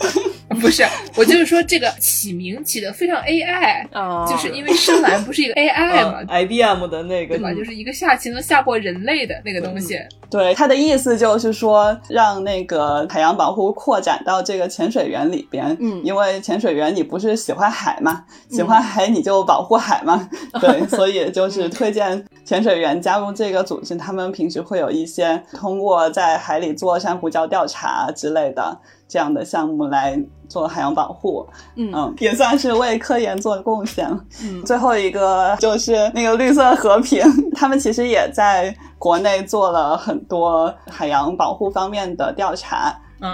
[SPEAKER 2] 不是，我就是说这个起名起的非常 AI，
[SPEAKER 3] 啊
[SPEAKER 2] 就是因为深蓝不是一个 AI 嘛，
[SPEAKER 4] 嗯 i b m 的那个
[SPEAKER 2] 对吧？就是一个下棋能下过人类的那个东西。
[SPEAKER 5] 对，他的意思就是说，让那个海洋保护扩展到这个潜水员里边，
[SPEAKER 3] 嗯
[SPEAKER 5] 因为潜水员你不是喜欢海嘛，喜欢海你就保护海嘛， 对，所以就是推荐潜水员加入这个组织，他们平时会有一些通过在海里做珊瑚礁调查之类的这样的项目来做海洋保护，
[SPEAKER 3] 嗯
[SPEAKER 5] 嗯，也算是为科研做贡献了。
[SPEAKER 3] 嗯
[SPEAKER 5] 最后一个就是那个绿色和平， 他们其实也在国内做了很多海洋保护方面的调查。
[SPEAKER 2] 嗯，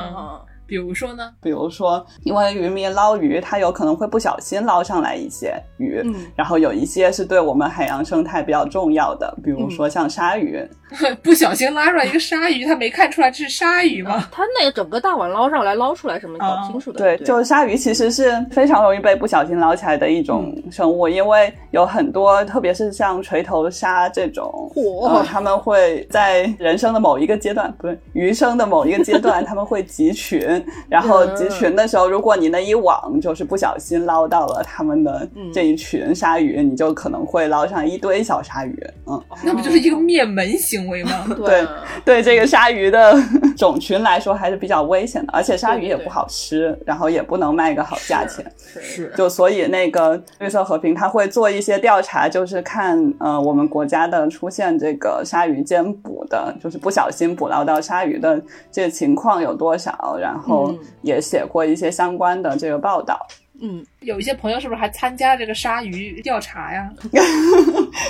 [SPEAKER 2] 比如说呢，
[SPEAKER 5] 比如说，因为渔民捞鱼，他有可能会不小心捞上来一些鱼，
[SPEAKER 3] 嗯
[SPEAKER 5] 然后有一些是对我们海洋生态比较重要的，比如说像鲨鱼，
[SPEAKER 2] 不小心拉出来一个鲨鱼，他没看出来这是鲨鱼吗？
[SPEAKER 3] 他那个整个大碗捞上来，捞出来什么搞
[SPEAKER 2] 啊
[SPEAKER 3] 清楚的。
[SPEAKER 5] 哦对，就是鲨鱼其实是非常容易被不小心捞起来的一种
[SPEAKER 3] 嗯
[SPEAKER 5] 生物，因为有很多，特别是像锤头鲨这种，
[SPEAKER 3] 嚯
[SPEAKER 5] 呃他们会在人生的某一个阶段，不是鱼生的某一个 阶段，他们会集群，然后
[SPEAKER 3] 嗯
[SPEAKER 5] 集群的时候，如果你那一网就是不小心捞到了他们的
[SPEAKER 3] 嗯
[SPEAKER 5] 这一群鲨鱼，你就可能会捞上一堆小鲨鱼，嗯。
[SPEAKER 3] 哦
[SPEAKER 2] 那不就是一个灭门行为吗？
[SPEAKER 3] 对啊
[SPEAKER 5] 对这个鲨鱼的种群来说还是比较危险的，而且鲨鱼也
[SPEAKER 3] 对对
[SPEAKER 5] 不好吃，然后也不能卖个好价钱。
[SPEAKER 3] 是
[SPEAKER 4] 是
[SPEAKER 5] 就所以那个绿色和平，他会做一些调查，就是看呃我们国家的出现这个鲨鱼兼捕的，就是不小心捕捞到鲨鱼的这情况有多少，然后
[SPEAKER 3] 嗯
[SPEAKER 5] 也写过一些相关的这个报道。
[SPEAKER 3] 嗯，
[SPEAKER 2] 有一些朋友是不是还参加这个鲨鱼调查呀？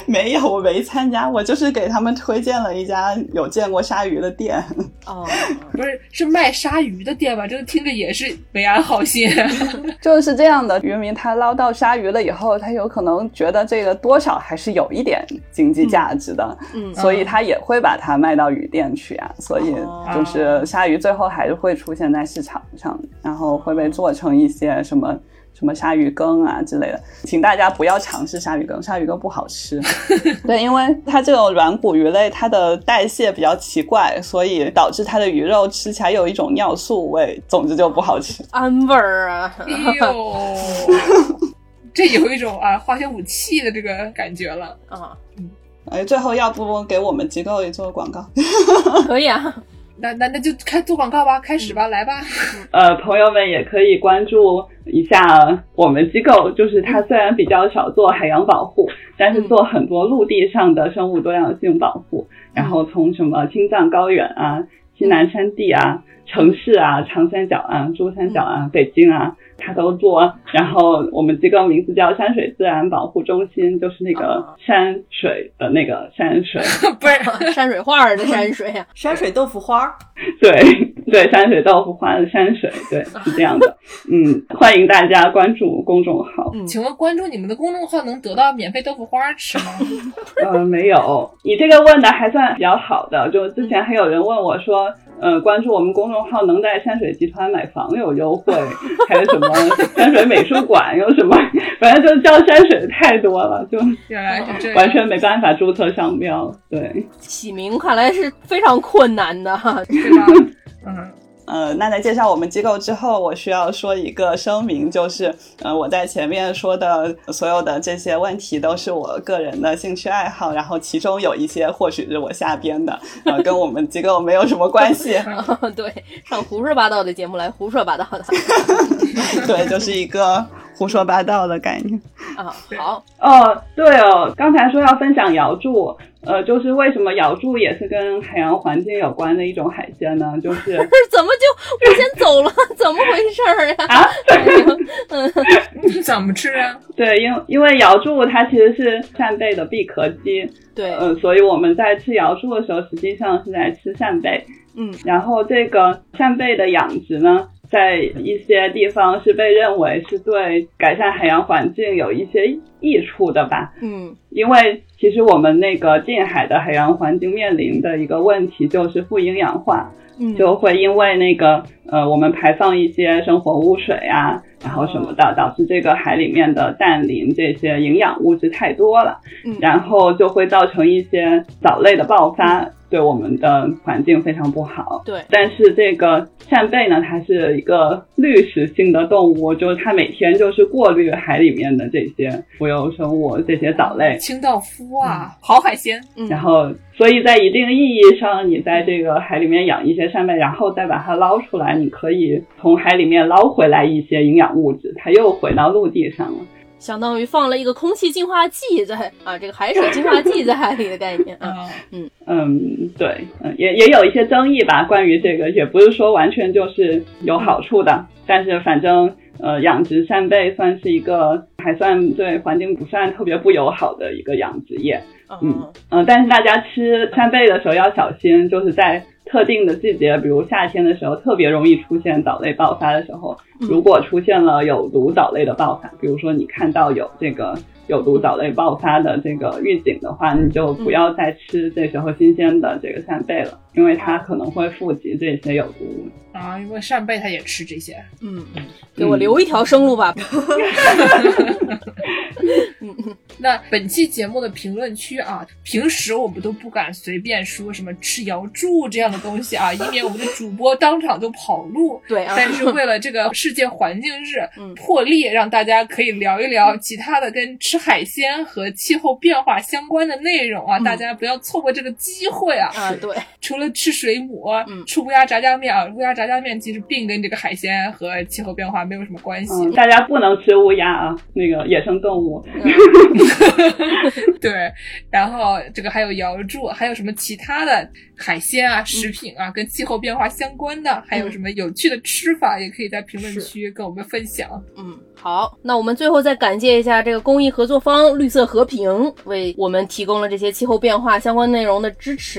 [SPEAKER 5] 没有，我没参加，我就是给他们推荐了一家有见过鲨鱼的店。
[SPEAKER 3] 哦，
[SPEAKER 2] 不是，是卖鲨鱼的店吧？这个听着也是没安好心。
[SPEAKER 5] 就是这样的，渔民他捞到鲨鱼了以后，他有可能觉得这个多少还是有一点经济价值的，
[SPEAKER 3] 嗯哦
[SPEAKER 5] 所以他也会把它卖到鱼店去啊。所以就是鲨鱼最后还是会出现在市场上，然后会
[SPEAKER 3] 哦
[SPEAKER 5] 被做成一些什么。什么鲨鱼羹啊之类的，请大家不要尝试鲨鱼羹，鲨鱼羹不 好吃。对，因为它这种软骨鱼类，它的代谢比较奇怪，所以导致它的鱼肉吃起来有一种尿素味，总之就不好吃。
[SPEAKER 3] 安味儿啊，
[SPEAKER 2] 哎 呦，这有一种啊化学武器的这个感觉了。
[SPEAKER 3] 啊，
[SPEAKER 5] 哎，最后要不给我们机构也做广告？
[SPEAKER 3] 可以啊，
[SPEAKER 2] 那那那就开做广告吧，开始吧，来吧。
[SPEAKER 5] 呃，朋友们也可以关注一下我们机构，就是它虽然比较少做海洋保护，但是做很多陆地上的生物多样性保护，然后从什么青藏高原啊、西南山地啊、城市啊、长三角啊、珠三角啊、北京啊，它都做。然后我们机构名字叫山水自然保护中心，就是那个
[SPEAKER 3] 啊
[SPEAKER 5] 山水的那个山水。
[SPEAKER 2] 不是，
[SPEAKER 3] 山水画儿的山水啊，
[SPEAKER 4] 山水豆腐花儿，
[SPEAKER 5] 对对，山水豆腐花的山水，对，是这样的。嗯，欢迎大家关注公众号。
[SPEAKER 3] 嗯
[SPEAKER 2] 请问关注你们的公众号能得到免费豆腐花吃吗？
[SPEAKER 5] 呃，没有，你这个问的还算比较好的。就之前还有人问我说，呃，关注我们公众号能在山水集团买房有优惠，还有什么山水美术馆有什么， 反正就叫山水的太多了，就
[SPEAKER 2] 原来是这
[SPEAKER 5] 完
[SPEAKER 2] 样，
[SPEAKER 5] 全没办法注册商标。对，
[SPEAKER 3] 起名看来是非常困难的 哈，
[SPEAKER 2] 对吧？嗯，
[SPEAKER 5] 呃，那在介绍我们机构之后，我需要说一个声明，就是呃，我在前面说的所有的这些问题都是我个人的兴趣爱好，然后其中有一些或许是我瞎编的，呃，跟我们机构没有什么关 系。
[SPEAKER 3] 对，上胡说八道的节目来胡说八道的
[SPEAKER 5] 对，就是一个胡说八道的概念。
[SPEAKER 3] 啊，好，
[SPEAKER 5] 哦，对哦，刚才说要分享瑶柱，呃，就是为什么瑶柱也是跟海洋环境有关的一种海鲜呢？ 就是
[SPEAKER 3] 不是怎么就我先走了， 怎么回事儿呀？
[SPEAKER 5] 啊。
[SPEAKER 2] 你怎么吃啊？
[SPEAKER 5] 对，因因为瑶柱它其实是扇贝的闭壳肌，
[SPEAKER 3] 对，
[SPEAKER 5] 呃，所以我们在吃瑶柱的时候，实际上是在吃扇贝。
[SPEAKER 3] 嗯，
[SPEAKER 5] 然后这个扇贝的养殖呢，在一些地方是被认为是对改善海洋环境有一些益处的吧。
[SPEAKER 3] 嗯
[SPEAKER 5] 因为其实我们那个近海的海洋环境面临的一个问题就是富营养化，
[SPEAKER 3] 嗯，
[SPEAKER 5] 就会因为那个呃，我们排放一些生活污水啊，然后什么的，导致这个海里面的氮磷这些营养物质太多了，
[SPEAKER 3] 嗯
[SPEAKER 5] 然后就会造成一些藻类的爆发，对我们的环境非常不好。
[SPEAKER 3] 对，
[SPEAKER 5] 但是这个扇贝呢，它是一个滤食性的动物，就是它每天就是过滤海里面的这些浮游生物、这些藻类，
[SPEAKER 2] 清道夫啊，好海鲜。
[SPEAKER 3] 嗯
[SPEAKER 5] 然后，所以在一定意义上，你在这个海里面养一些扇贝，然后再把它捞出来，你可以从海里面捞回来一些营养物质，它又回到陆地上了。
[SPEAKER 3] 相当于放了一个空气净化器在啊，这个海水净化器在海里的概念啊，
[SPEAKER 2] 嗯，
[SPEAKER 5] 嗯，对，嗯，也也有一些争议吧，关于这个，也不是说完全就是有好处的，但是反正呃，养殖扇贝算是一个还算对环境不算特别不友好的一个养殖业。
[SPEAKER 3] 嗯
[SPEAKER 5] 嗯，但是大家吃扇贝的时候要小心，就是在特定的季节，比如夏天的时候，特别容易出现藻类爆发的时候，
[SPEAKER 3] 嗯
[SPEAKER 5] 如果出现了有毒藻类的爆发，比如说你看到有这个有毒藻类爆发的这个预警的话，你就
[SPEAKER 3] 嗯
[SPEAKER 5] 不要再吃这时候新鲜的这个扇贝了，因为它可能会富集这些有毒物。
[SPEAKER 2] 啊，因为扇贝它也吃这些。
[SPEAKER 3] 嗯，给我留一条生路
[SPEAKER 2] 嗯
[SPEAKER 3] 吧，
[SPEAKER 2] 那本期节目的评论区啊，平时我们都不敢随便说什么吃瑶柱这样的东西啊，以免我们的主播当场就跑路。
[SPEAKER 3] 对啊，
[SPEAKER 2] 但是为了这 个世界环境日
[SPEAKER 3] 嗯，
[SPEAKER 2] 破例让大家可以聊一聊其他的跟吃海鲜和气候变化相关的内容啊，
[SPEAKER 3] 嗯
[SPEAKER 2] 大家不要错过这个机会啊！
[SPEAKER 3] 啊，对，
[SPEAKER 2] 除了吃水母
[SPEAKER 3] 嗯，
[SPEAKER 2] 吃乌鸦炸酱面啊，乌鸦炸酱面其实并跟这个海鲜和气候变化没有什么关系。
[SPEAKER 5] 嗯，大家不能吃乌鸦啊，那个野生动物。
[SPEAKER 2] 对，然后这个还有瑶柱，还有什么其他的海鲜
[SPEAKER 3] 嗯
[SPEAKER 2] 啊、食品啊，跟气候变化相关的，还有什么有趣的吃法，也可以在评论
[SPEAKER 3] 是
[SPEAKER 2] 区跟我们分享。
[SPEAKER 3] 嗯，好，那我们最后再感谢一下这个公益合作方绿色和平，为我们提供了这些气候变化相关内容的支持。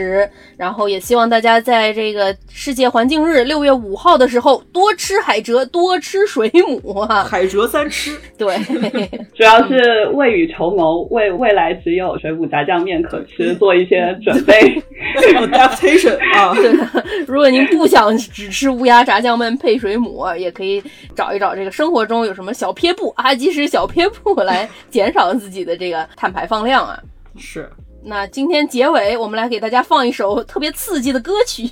[SPEAKER 3] 然后也希望大家在这个世界环境日六月五号的时候，多吃海蜇，多吃水母啊！
[SPEAKER 4] 海蜇三吃，
[SPEAKER 3] 对，
[SPEAKER 5] 主要是未雨绸缪，为未来只有水母炸酱面可
[SPEAKER 3] 嗯
[SPEAKER 5] 吃做一些准备。
[SPEAKER 4] adaptation 啊，
[SPEAKER 3] 如果您不想只吃乌鸦炸酱面配水母，也可以找一找这个生活中有什么小撇步，阿基师小撇步来减少自己的这个碳排放量啊。
[SPEAKER 4] 是
[SPEAKER 3] 那今天结尾，我们来给大家放一首特别刺激的歌曲。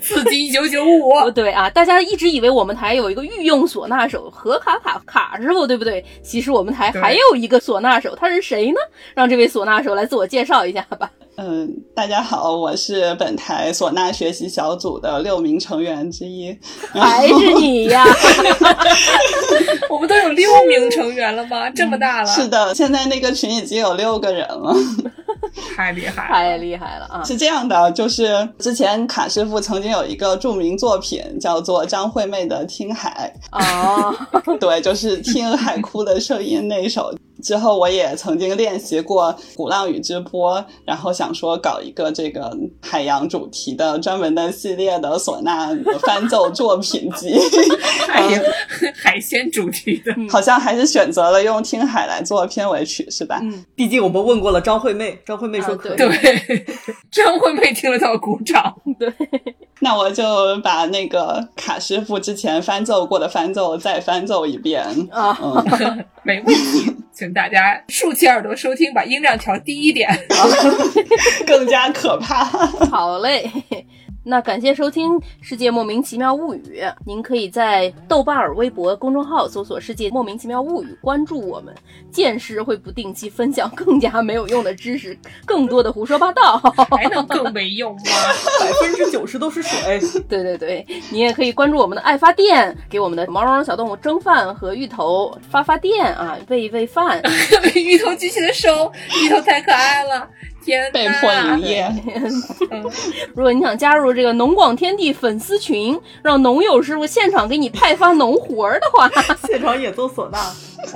[SPEAKER 2] 刺激一九九 五，
[SPEAKER 3] 哦，对啊，大家一直以为我们台有一个御用唢呐手何卡卡卡师傅，对不对？其实我们台
[SPEAKER 2] 对
[SPEAKER 3] 还有一个唢呐手，他是谁呢？让这位唢呐手来自我介绍一下吧。
[SPEAKER 5] 嗯，大家好，我是本台唢呐学习小组的六名成员之一。然后
[SPEAKER 3] 还是你呀？
[SPEAKER 2] 我们都有六名成员了吗？这么大了，
[SPEAKER 5] 是的，现在那个群已经有六个人了。
[SPEAKER 2] 太厉害了，
[SPEAKER 3] 太厉害了啊！
[SPEAKER 5] 是这样的，就是之前卡师傅曾经有一个著名作品叫做张惠妹的《听海
[SPEAKER 3] 哦，》，
[SPEAKER 5] 对，就是听海哭的声音那一首。之后我也曾经练习过鼓浪屿之波，然后想说搞一个这个海洋主题的专门的系列的唢呐翻奏作品集。
[SPEAKER 2] 海洋 海鲜主题的，
[SPEAKER 5] 好像还是选择了用《听海》来做片尾曲，是吧？
[SPEAKER 3] 嗯，
[SPEAKER 4] 毕竟我们问过了张惠妹，张惠妹说
[SPEAKER 3] 啊
[SPEAKER 4] 可以，
[SPEAKER 2] 对，张惠妹听了都要鼓掌，
[SPEAKER 3] 对，
[SPEAKER 5] 那我就把那个卡师傅之前翻奏过的翻奏再翻奏一遍。
[SPEAKER 3] 啊
[SPEAKER 5] 嗯，
[SPEAKER 2] 没问题，请大家竖起耳朵收听，把音量调低一点。
[SPEAKER 5] 更加可怕。
[SPEAKER 3] 好嘞。 那感谢收听《世界莫名其妙物语》，您可以在豆瓣儿、微博公众号搜索“世界莫名其妙物语”，关注我们，见识会不定期分享更加没有用的知识，更多的胡说八道。
[SPEAKER 2] 还能更没用 吗？
[SPEAKER 4] 百分之九十都是水。
[SPEAKER 3] 对对对，你也可以关注我们的爱发电，给我们的毛茸茸小动物蒸饭和芋头发发电啊，喂一喂饭。
[SPEAKER 2] 芋头举起的手，芋头太可爱了，天
[SPEAKER 5] 被
[SPEAKER 2] 呐！
[SPEAKER 5] 迫营业，
[SPEAKER 3] 如果你想加入这个农广天地粉丝群，让农友师傅现场给你派发农活儿的话，
[SPEAKER 4] 现场演奏唢呐，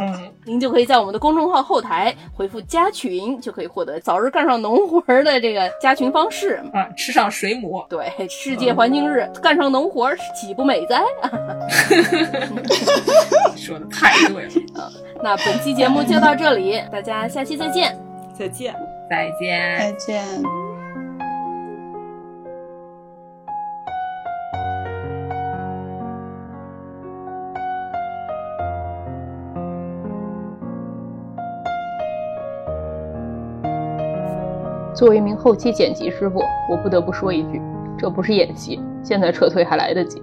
[SPEAKER 2] 嗯，
[SPEAKER 3] 您就可以在我们的公众号后台回复加群，就可以获得早日干上农活儿的这个加群方式。
[SPEAKER 2] 啊，吃上水母，
[SPEAKER 3] 对，世界环境日干上农活儿岂不美哉？
[SPEAKER 2] 说的太对了，
[SPEAKER 3] 那本期节目就到这里，大家下期再见。
[SPEAKER 4] 再见。
[SPEAKER 2] 再见。
[SPEAKER 5] 再见。
[SPEAKER 6] 作为一名后期剪辑师傅，我不得不说一句，这不是演戏，现在撤退还来得及。